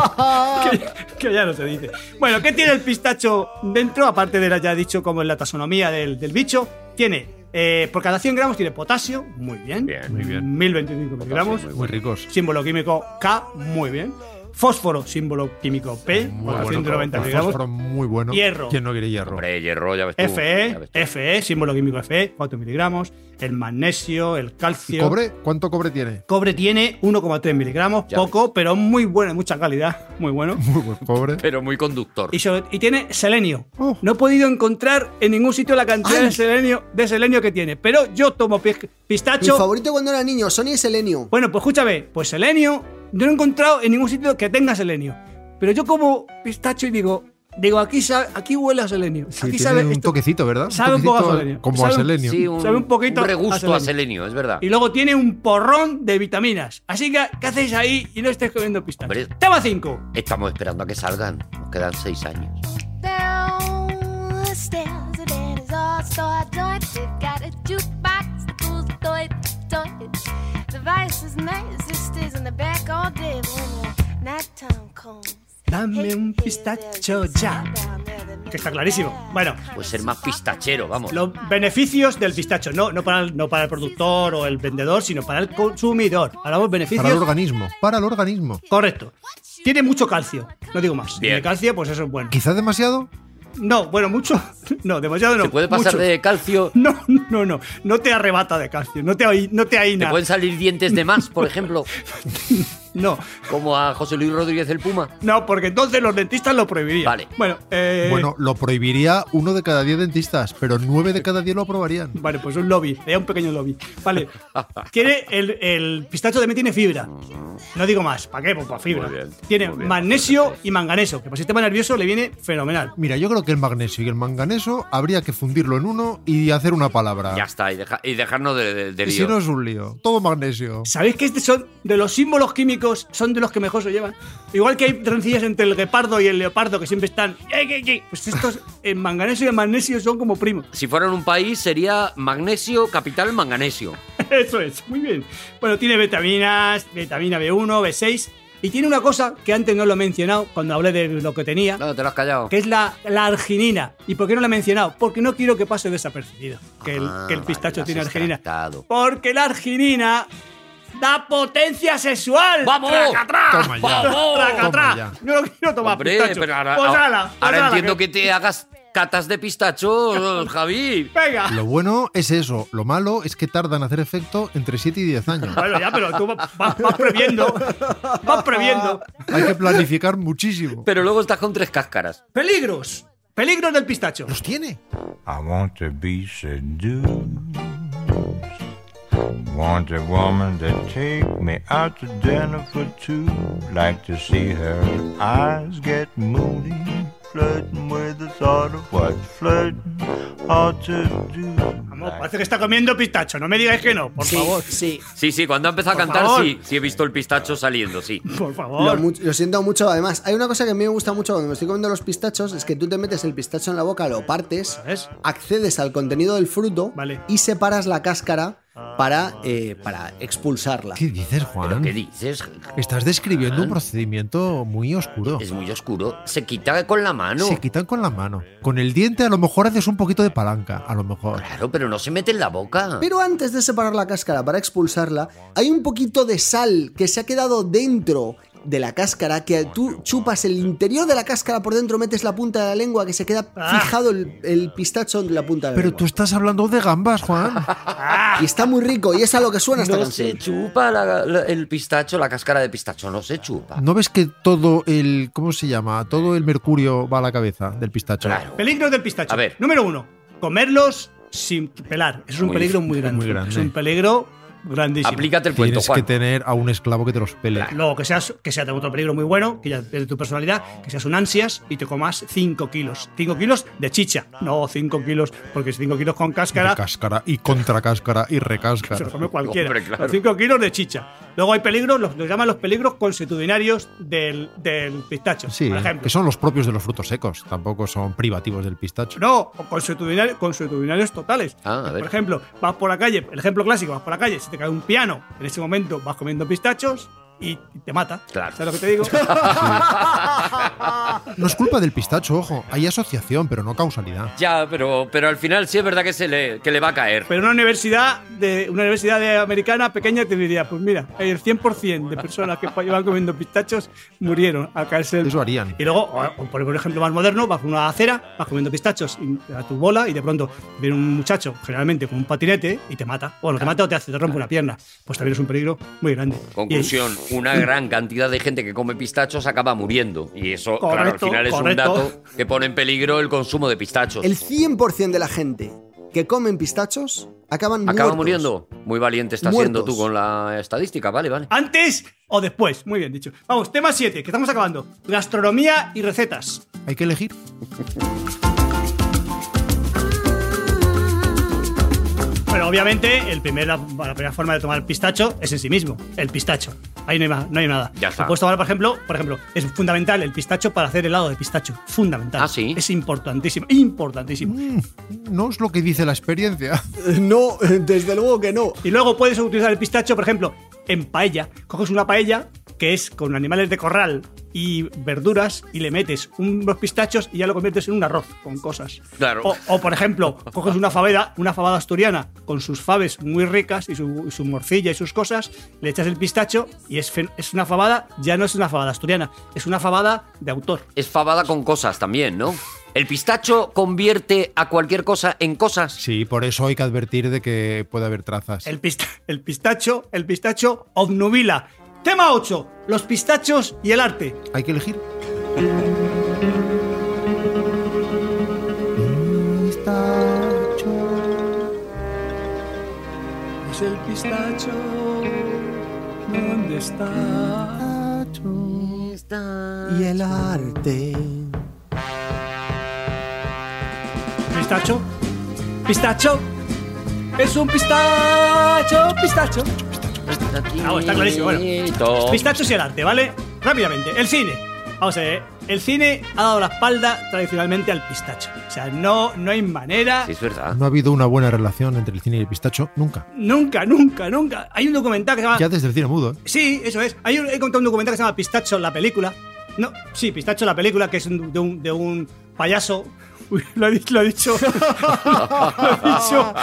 B: que, que ya no se dice. Bueno, ¿qué tiene el pistacho dentro? Aparte de lo ya dicho, como en la taxonomía del, del bicho, tiene. eh, por cada 100 gramos tiene potasio, muy bien.
A: Bien,
C: muy bien.
B: 1025 miligramos.
C: Muy ricos.
B: símbolo químico K, muy bien. Fósforo, símbolo químico P,
C: Muy
B: por
C: bueno,
B: 190
C: con
B: miligramos.
C: fósforo muy bueno.
B: Hierro.
C: ¿Quién no quiere hierro?
A: Hombre, hierro, ya ves tú. uh, ya
B: Fe,
A: ves tú.
B: Fe, símbolo químico Fe, 4 miligramos. El magnesio, el
C: ¿Y
B: calcio.
C: cobre? ¿Cuánto cobre tiene? [laughs]
B: Cobre tiene 1,3 miligramos,
A: Ya
B: poco, pero muy bueno, mucha calidad, muy
C: [laughs]
B: bueno.
C: Muy buen cobre.
A: Pero muy conductor.
B: Y, sobre- y tiene selenio.
C: Oh.
B: No he podido encontrar en ningún sitio la cantidad de selenio, de selenio que tiene, pero yo tomo pis-
D: Mi
B: pistacho.
D: favorito cuando era niño, Sony y Selenio.
B: Bueno, pues escúchame, pues selenio, yo no he encontrado en ningún sitio que tenga selenio. Pero yo como pistacho y digo, digo, aquí, sa- aquí huele a selenio.
C: Sí,
B: aquí
C: tiene
B: sabe
C: un
B: esto-
C: toquecito, ¿verdad?
B: sabe un poco a
C: toquecito
B: selenio.
C: Como
B: Sabe
C: a
B: un-
C: selenio.
A: Sí, un,
B: Sabe un poquito
A: un regusto
B: a
A: a selenio, es verdad.
B: Y luego tiene un porrón de vitaminas. Así que, ¿qué hacéis ahí y no estáis comiendo pistacho?
A: Hombre.
B: Tema 5.
A: Estamos esperando a que salgan. Nos quedan seis años.
I: Down the stairs, and it is all so annoyed. We've got a jukebox that pulls the toy, toy. The vice is nice, it stays in the back all day. But when the nighttime comes,
B: Dame un pistacho ya. Que está clarísimo. Bueno,
A: Pues ser más pistachero, vamos.
B: los beneficios del pistacho. No, no, para, el, no para el productor o el vendedor, sino para el consumidor. Hablamos beneficios.
C: Para el organismo. Para el organismo.
B: Correcto. Tiene mucho calcio. No digo más.
A: Bien.
B: Tiene calcio, pues eso es bueno.
C: ¿Quizá demasiado?
B: No, bueno, mucho. [laughs] No, demasiado no.
A: Se puede pasar
B: mucho.
A: de calcio.
B: [laughs] No, no, no. No te arrebata de calcio. No te, ahí- no te
A: Te
B: ahína.
A: pueden salir dientes de
B: [laughs]
A: más, por ejemplo,
B: No.
A: como a José Luis Rodríguez el Puma.
B: No, porque entonces los dentistas lo prohibirían.
A: Vale.
B: Bueno, eh,
C: Bueno, lo prohibiría uno de cada diez dentistas, pero nueve de cada diez lo aprobarían.
B: Vale, pues un lobby, sería un pequeño lobby.
A: [laughs]
B: Vale. Tiene el, el pistacho también tiene fibra. No digo más, ¿para qué? Pues para fibra.
A: Mm. Muy bien,
B: tiene
A: muy bien.
B: magnesio y manganeso, que para el sistema nervioso le viene fenomenal.
C: Mira, yo creo que el magnesio y el manganeso habría que fundirlo en uno y hacer una palabra.
A: Ya está, y, deja- y dejarnos de, de- de
C: Ah. Y si
A: lío.
C: no es un lío. Todo magnesio.
B: ¿Sabéis que estos son de los símbolos químicos son de los que mejor se llevan? Igual que hay rencillas entre el guepardo y el leopardo que siempre están. "Ey, ey, ey". Pues estos en manganeso y en magnesio son como primos. [laughs]
A: Si fueran un país, sería magnesio, capital manganesio.
B: Eso es, muy bien. Bueno, tiene vitaminas, vitamina B1, B6. Y tiene una cosa que antes no lo he mencionado cuando hablé de lo que tenía.
A: No, te lo has callado.
B: Que es la, la arginina. ¿Y por qué no la he mencionado? Porque no quiero que pase desapercibido. Que el, que el
A: Ah, vale,
B: pistacho
A: lo has
B: tiene arginina.
A: extractado.
B: Porque la arginina da potencia sexual.
A: ¡Vamos!
B: ¡Tracatrá!
C: Toma ya.
A: [laughs] ¡Vamos!
B: ¡Tracatrá!
C: Toma ya.
B: Yo no quiero tomar
A: Hombre,
B: pistacho.
A: pero ahora,
B: Pues
A: ahora-
B: ala, pues
A: ahora
B: ala,
A: entiendo que te hagas catas de pistacho, Javi.
B: Venga.
C: Lo bueno es eso, lo malo es que tardan en hacer efecto entre 7 y 10 años.
B: Bueno, ya, pero tú vas, vas previendo. Vas previendo.
C: Hay que planificar muchísimo.
A: Pero luego estás con tres cáscaras.
B: Peligros. Peligros del pistacho.
C: Los tiene.
L: I want to be seduced. Want a woman to take me out to dinner for two. Like to see her eyes get moody. Flirting with the thought of what flirting ought to do.
B: Vamos, parece que está comiendo pistacho. No me digáis que no, por
D: Sí,
B: favor.
D: sí.
A: Sí, sí, cuando ha empezado a
B: Por
A: cantar,
B: favor.
A: sí, sí he visto el pistacho saliendo, sí.
B: Por
D: Lo,
B: favor.
D: mu- lo siento mucho. Además, hay una cosa que a mí me gusta mucho cuando me estoy comiendo los pistachos, es que tú te metes el pistacho en la boca, lo partes,
B: ¿Ves?
D: accedes al contenido del fruto
B: Vale.
D: y separas la cáscara para, eh, para expulsarla.
C: ¿Qué dices,
A: ¿Pero
C: Juan?
A: qué dices? Ah.
C: Estás describiendo un procedimiento muy oscuro.
A: Es muy oscuro. Se quita con la mano.
C: Se quitan con la mano. Con el diente a lo mejor haces un poquito de palanca, a lo mejor.
A: Claro, pero no se mete en la boca.
D: Pero antes de separar la cáscara para expulsarla, hay un poquito de sal que se ha quedado dentro de la cáscara, que tú chupas el interior de la cáscara por dentro, metes la punta de la lengua, que se queda fijado el, el pistacho en la punta de la
C: Pero tú
D: lengua.
C: estás hablando de gambas, Juan.
D: Y está muy rico, y es a lo que suena esta
A: No
D: canción.
A: se chupa la- la- el pistacho, la cáscara de pistacho, no se chupa.
C: ¿No ves que todo el. ¿Cómo se llama? Todo el mercurio va a la cabeza del pistacho.
A: Claro.
B: Peligros del pistacho.
A: A ver.
B: Número uno, comerlos sin pelar. Eso es un
A: Muy
B: peligro muy grande.
C: muy grande.
B: Es un peligro grandísimo.
A: Aplícate el cuento,
C: Tienes que
A: Juan.
C: tener a un esclavo que te los pele.
B: Luego, que seas, que sea otro peligro muy bueno, que ya es de tu personalidad, que seas un ansias y te comas 5 kilos. 5 kilos de chicha, no 5 kilos, porque 5 kilos con
C: De
B: cáscara
C: cáscara y contra cáscara y recáscara.
B: se lo come cualquiera.
A: Hombre, claro.
B: 5 kilos de chicha. Luego hay peligros, los, los llaman los peligros consuetudinarios del, del pistacho.
C: Sí, eh,
B: por ejemplo.
C: que son los propios de los frutos secos, tampoco son privativos del pistacho.
B: No, o consuetudinarios, consuetudinarios totales.
A: Ah, a ver.
B: Por ejemplo, vas por la calle, el ejemplo clásico, vas por la calle, se te cae un piano, en ese momento vas comiendo pistachos y te mata.
A: Claro.
B: ¿Sabes lo que te digo?
A: [laughs]
C: No es culpa del pistacho, ojo, hay asociación, pero no causalidad.
A: Ya, pero, pero al final sí es verdad que, se le, que le va a caer.
B: Pero una universidad de una universidad de americana pequeña te diría, pues mira, el 100% de personas que iban comiendo pistachos murieron al caerse del-
C: Eso harían.
B: Y luego, o- o por ejemplo más moderno, vas por una acera, vas comiendo pistachos y- a tu bola y de pronto viene un muchacho, generalmente con un patinete, y te mata. Bueno, te mata o te hace, te rompe una pierna. Pues también es un peligro muy grande.
A: Conclusión, una gran cantidad de gente que come pistachos acaba muriendo. Y eso, claro, al
B: Correcto,
A: final es
B: correcto.
A: un dato que pone en peligro el consumo de pistachos.
D: El 100% de la gente que comen pistachos acaban
A: Acaba
D: muertos.
A: muriendo. Muy valiente estás siendo
D: Muertos.
A: tú con la estadística, vale, vale.
B: Y- ¿Antes o después? Muy bien dicho. Vamos, tema 7, que estamos acabando. Gastronomía y recetas.
C: Hay que elegir.
B: Bueno, obviamente, el primer- la, la primera forma de tomar el pistacho es en sí mismo, el pistacho. Ahí no hay, ma- no hay nada.
A: Ya está.
B: Lo Puedes tomar, por ejemplo, por ejemplo, es fundamental el pistacho para hacer helado de pistacho. Fundamental.
A: Ah, ¿sí?
B: Es importantísimo, importantísimo.
C: No es lo que dice la experiencia.
D: [laughs]
C: [laughs]
D: No, desde luego que no.
B: Y luego puedes utilizar el pistacho, por ejemplo, en paella. Coges una paella que es con animales de corral y verduras y le metes unos pistachos y ya lo conviertes en un arroz con cosas.
A: Claro.
B: O, o, por ejemplo, coges una fabada, una fabada asturiana con sus faves muy ricas y su, y su morcilla y sus cosas, le echas el pistacho y es, fen- es una fabada, ya no es una fabada asturiana, es una fabada de autor.
A: Es fabada con cosas también, ¿no? El pistacho convierte a cualquier cosa en cosas.
C: Sí, por eso hay que advertir de que puede haber trazas.
B: El, pista- el pistacho, el pistacho obnubila. Tema 8. Los pistachos y el arte.
C: Hay que elegir.
J: Es el pistacho. ¿Dónde está?
D: Y el arte.
B: Pistacho. Pistacho. Es un pistacho. Pistacho. Ah, está clarísimo, bueno. Pistachos y el arte, ¿vale? Rápidamente. El cine. Vamos a ver. El cine ha dado la espalda tradicionalmente al pistacho. O sea, no, no hay manera.
A: Sí, es verdad.
C: No ha habido una buena relación entre el cine y el pistacho nunca.
B: Nunca, nunca, nunca. Hay un documental que se llama.
C: Ya desde el cine mudo. ¿eh?
B: Sí, eso es. Hay un, he contado un documental que se llama Pistacho, la película. No, sí, Pistacho, la película, que es un- de, un, de un payaso. [laughs] Uy, lo he dicho. Lo he dicho. [laughs] Lo he
A: [laughs]
B: dicho.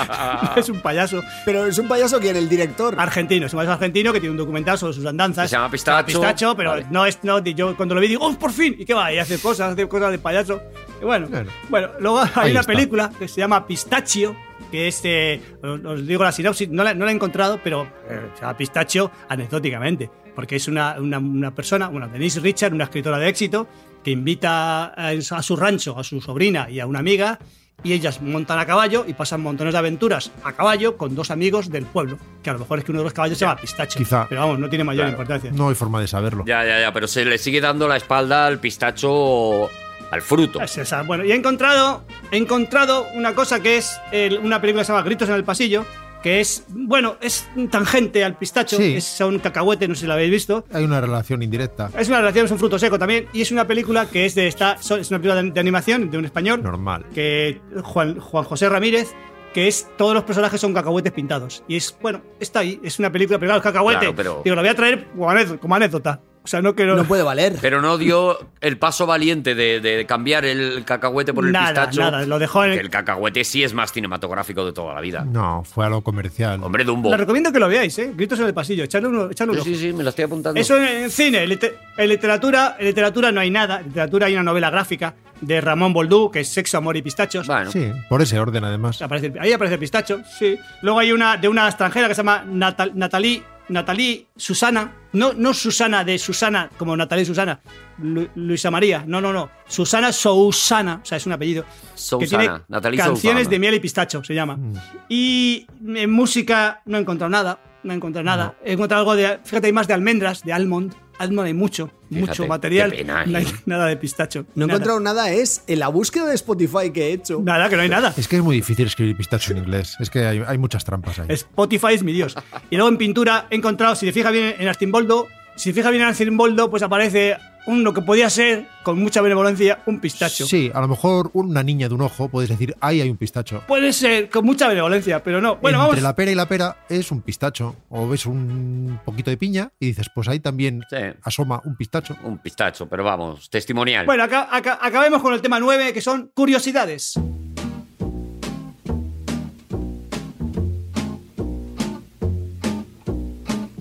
B: Es un payaso.
D: Pero es un payaso que el director.
B: Argentino, es un payaso argentino que tiene un documental sobre sus andanzas.
A: Se llama Pistacho.
B: Pistacho, pero
A: Vale.
B: no es. No, yo cuando lo vi digo, ¡oh, por fin! ¿Y qué va? Y hace cosas, hace cosas de payaso. Y bueno,
C: Claro.
B: bueno, luego hay
C: Ahí
B: una
C: está.
B: película que se llama Pistachio, que es, eh, os os digo la sinopsis, no la, no la he encontrado, pero eh, se llama Pistachio anecdóticamente, porque es una, una- una persona, bueno, Denise Richard, una escritora de éxito, que invita a, a su rancho, a su sobrina y a una amiga, y ellas montan a caballo y pasan montones de aventuras a caballo con dos amigos del pueblo, que a lo mejor es que uno de los caballos se llama Pistachio,
C: Quizá.
B: pero vamos, no tiene mayor
A: Claro.
B: importancia.
C: No hay forma de saberlo.
A: Ya, ya, ya, pero se le sigue dando la espalda al pistacho, al fruto.
B: Es esa. Bueno, y he encontrado, he encontrado una cosa que es el- una película que se llama Gritos en el Pasillo, que es, bueno, es tangente al pistacho,
C: Sí.
B: es a un cacahuete, no sé si la habéis visto.
C: Hay una relación indirecta.
B: Es una relación, es un fruto seco también, y es una película que es de esta, es una película de, de animación de un español,
C: Normal.
B: que Juan, Juan José Ramírez, que es todos los personajes son cacahuetes pintados. Y es, bueno, está ahí, es una película, pero claro, es cacahuete.
A: Claro, pero-
B: Digo, la voy a traer como anécdota. como anécdota. O sea, no quiero...
D: No puede valer.
A: Pero no dio el paso valiente de, de cambiar el cacahuete por el
B: Nada,
A: pistacho.
B: nada, lo dejó en-
A: que el cacahuete sí es más cinematográfico de toda la vida.
C: No, fue a lo comercial.
A: Hombre, Dumbo.
B: La recomiendo que lo veáis, ¿eh? Gritos en el pasillo, echadle un, echadle un
A: Sí,
B: ojo.
A: sí, sí, me la estoy apuntando.
B: Eso en, en cine, en lite- en literatura, en literatura no hay nada. En literatura hay una novela gráfica de Ramón Boldú, que es Sexo, Amor y Pistachos.
A: Bueno,
C: Sí, por ese orden además.
B: Aparece- ahí aparece el pistacho, sí. Luego hay una de una extranjera que se llama Natal- Natalie, Natalie Susana. No, no Susana de Susana, como Natalie Susana. Lu- Luisa María, no, no, no. Susana Sousana, o sea, es un apellido.
A: Sousana,
B: que tiene
A: Natalie
B: Canciones
A: Sousana.
B: de miel y pistacho se llama.
D: Mm.
B: Y en música no he encontrado nada. No he encontrado nada. He encontrado algo de. Fíjate, hay más de almendras, de almond. Almond hay mucho, mucho
A: qué
B: material.
A: pena,
B: no hay
A: ¿eh?
B: nada de pistacho.
D: No he
B: nada.
D: encontrado nada, es en la búsqueda de Spotify que he hecho.
B: Nada, que
D: [laughs]
B: no hay nada.
C: Es que es muy difícil escribir pistacho en inglés. Es que hay, hay muchas trampas ahí.
B: Spotify es mi
A: [laughs]
B: dios. Y luego en pintura he encontrado, si te fijas bien en Astimboldo, si te fijas bien en Astimboldo, pues aparece un, lo que podía ser, con mucha benevolencia, un pistacho.
C: Sí, a lo mejor una niña de un ojo puedes decir, ahí hay un pistacho.
B: Puede ser, con mucha benevolencia, pero no. Bueno,
C: Entre
B: vamos.
C: la pera y la pera es un pistacho. O ves un poquito de piña y dices, pues ahí también
A: Sí.
C: asoma un pistacho.
A: un pistacho, pero vamos, testimonial.
B: Bueno, acá, acá- acabemos con el tema 9, que son curiosidades.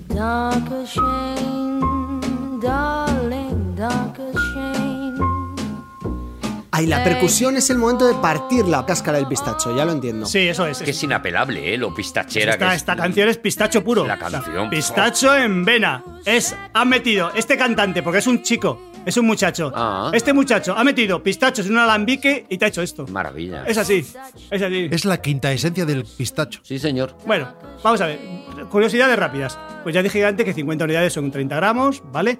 I: Darker shame, darling, darker shame.
D: Ay, la percusión es el momento de partir la cáscara del pistacho, ya lo entiendo.
B: Sí, eso es.
A: Es que es inapelable, ¿eh? Lo pistachera
B: esta,
A: que es.
B: Pues esta canción es pistacho puro.
A: La
B: O sea,
A: canción. oh.
B: pistacho en vena. Es, ha metido este cantante, porque es un chico, es un muchacho.
A: Ah.
B: Este muchacho ha metido pistachos en un alambique y te ha hecho esto.
A: Maravilla.
B: Es así, es así.
C: Es la quinta esencia del pistacho.
A: Sí, señor.
B: Bueno, vamos a ver. Curiosidades rápidas. Pues ya dije antes que 50 unidades son 30 gramos, ¿vale?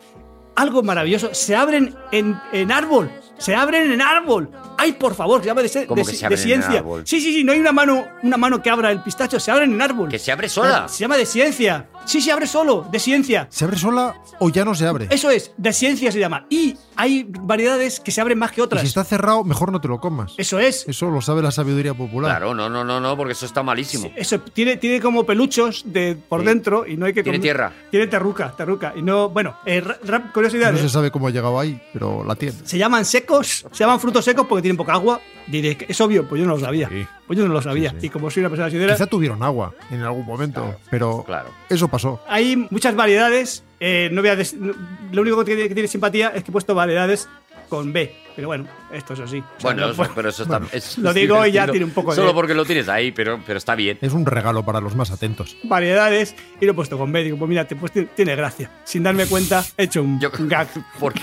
B: Algo maravilloso. Se abren en, en árbol. Se abren en árbol. Ay, por favor, que llama de, ser-
A: ¿Cómo
B: de
A: que
B: ci-
A: se abren
B: de
A: en
B: ciencia.
A: árbol?
B: Sí, sí, sí. No hay una mano, una mano que abra el pistacho. Se abren en árbol.
A: Que se abre sola.
B: Se llama de ciencia. Sí, se abre solo. De ciencia.
C: ¿Se abre sola o ya no se abre?
B: Eso es. De ciencia se llama. Y hay variedades que se abren más que
C: Y
B: otras.
C: si está cerrado, mejor no te lo comas.
B: Eso es.
C: Eso lo sabe la sabiduría popular.
A: Claro, no, no, no, no, porque eso está malísimo.
B: Eso tiene, tiene como peluchos de, por
A: Sí.
B: dentro y no hay que
A: Tiene
B: comer-
A: tierra.
B: Tiene terruca, terruca. Y no, bueno, eh, ra- ra-
C: No
B: curiosidades.
C: se sabe cómo ha llegado ahí, pero la tiene.
B: se llaman secos, se llaman frutos secos porque tienen poca agua. Diré que es obvio, pues yo no lo sabía.
C: Sí.
B: Pues yo no lo sabía.
C: Sí, sí.
B: Y como soy una persona sidera,
C: Quizá tuvieron agua en algún momento, pero
A: claro.
C: eso pasó.
B: hay muchas variedades. eh, no voy a des- no- lo único que tiene, que tiene simpatía es que he puesto variedades con B. Pero bueno, esto es así. O sea,
A: Bueno,
B: no
A: eso-
B: puedo-
A: pero eso está. es- [laughs]
B: lo
A: es
B: digo y ya
A: divertido.
B: tiene un poco de-
A: Solo porque lo tienes ahí, pero, pero está bien.
C: Es un regalo para los más atentos.
B: [laughs] variedades y lo he puesto con B. Digo, pues mira, te- pues tiene- tiene gracia. Sin darme cuenta, he hecho un,
A: Yo-
B: un gag.
A: Porque,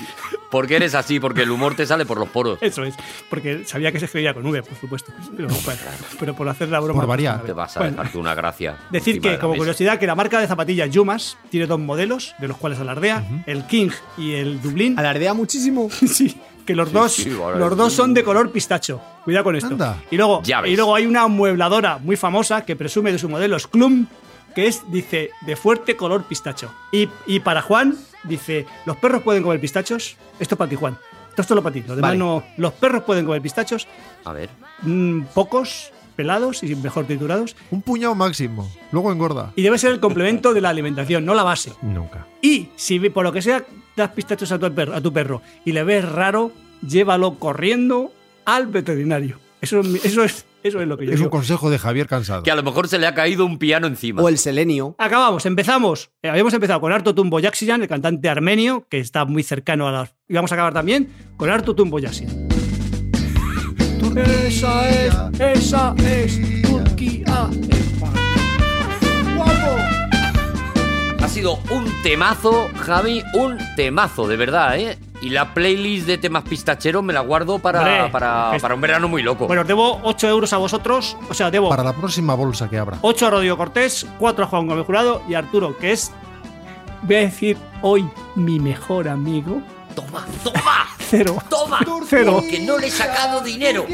A: porque eres así, porque el humor te sale por los poros.
B: Eso es, porque sabía que se escribía con V, por supuesto. Pero, bueno, pero por hacer la broma. pues,
C: Por variar.
A: Te vas a
B: Bueno,
A: dejarte una gracia.
B: Decir
A: encima
B: que,
A: de la
B: como
A: mesa.
B: curiosidad, que la marca de zapatillas Yumas tiene dos modelos, de los cuales alardea, el King y el Dublín.
D: Alardea muchísimo.
B: [laughs] sí, que los dos,
A: sí, vale.
B: los dos son de color pistacho. Cuidado con esto.
C: Anda.
B: Y luego,
A: Ya ves.
B: y luego hay una amuebladora muy famosa que presume de su modelo Sklum, que es, dice, de fuerte color pistacho. Y, y para Juan, dice, ¿los perros pueden comer pistachos? Esto es para ti, Juan. Todo esto es lo para ti. Los demás
A: Vale.
B: no. Los perros pueden comer pistachos,
A: A ver.
B: mm, pocos, pelados y mejor triturados.
C: Un puñado máximo, luego engorda.
B: Y debe ser el complemento de la alimentación, no la base.
C: Nunca.
B: Y si ve- por lo que sea das pistachos a tu perro, a tu perro y le ves raro, llévalo corriendo al veterinario. Eso es, mi- eso es, eso es lo que yo
C: Es un
B: digo.
C: consejo de Javier Cansado.
A: Que a lo mejor se le ha caído un piano encima.
D: O el selenio.
B: Acabamos, empezamos. Eh, habíamos empezado con Arto Tumbo Yaxian, el cantante armenio, que está muy cercano a las. Y vamos a acabar también con Arto Tumbo Yaxian.
J: Esa es, esa es Turquía.
A: Ha sido un temazo, Javi, un temazo, de verdad, ¿eh? Y la playlist de temas pistacheros me la guardo para,
B: Hombre,
A: para,
B: es-
A: para un verano muy loco.
B: Bueno, os debo 8 euros a vosotros. O sea, debo
C: Para la próxima bolsa que abra.
B: 8 a Rodrigo Cortés, 4 a Juan Gómez Jurado y a Arturo, que es. Voy a decir hoy mi mejor amigo.
A: Toma, toma,
B: Cero.
A: toma.
B: Cero.
A: Porque no le he sacado dinero.
B: Oh.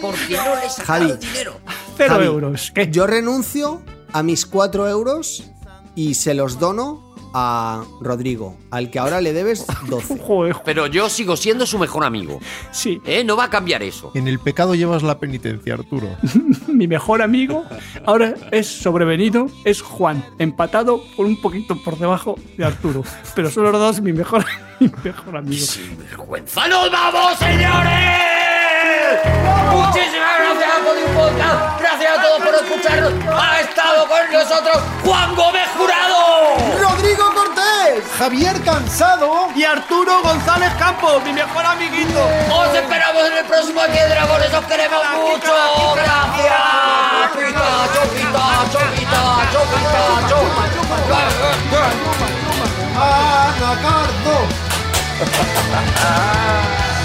A: Porque no le he sacado
D: Javi.
A: dinero.
B: Cero
D: Javi,
B: euros. ¿Qué?
D: Yo renuncio a mis 4 euros y se los dono a Rodrigo, al que ahora le debes 12.
B: Joder,
A: Pero yo sigo siendo su mejor amigo.
B: sí.
A: ¿Eh? No va a cambiar eso.
C: En el pecado llevas la penitencia, Arturo.
B: mi mejor amigo, ahora es sobrevenido, es Juan, empatado por un poquito por debajo de Arturo. Pero son los dos mi mejor, [laughs] mi mejor amigo.
A: ¡Vergüenza! ¡Nos vamos, señores! Muchísimas gracias por el podcast. Gracias a todos por escucharnos. Ha estado con nosotros Juan Gómez Jurado.
D: ¡Rodrigo Cortés!
C: Javier Cansado.
B: Y Arturo González Campos, mi mejor amiguito.
A: Os esperamos en el próximo aquí de Dragones. Os queremos mucho. Gracias. Pitacho, pitacho, pitacho, pitacho.
C: Anacardo.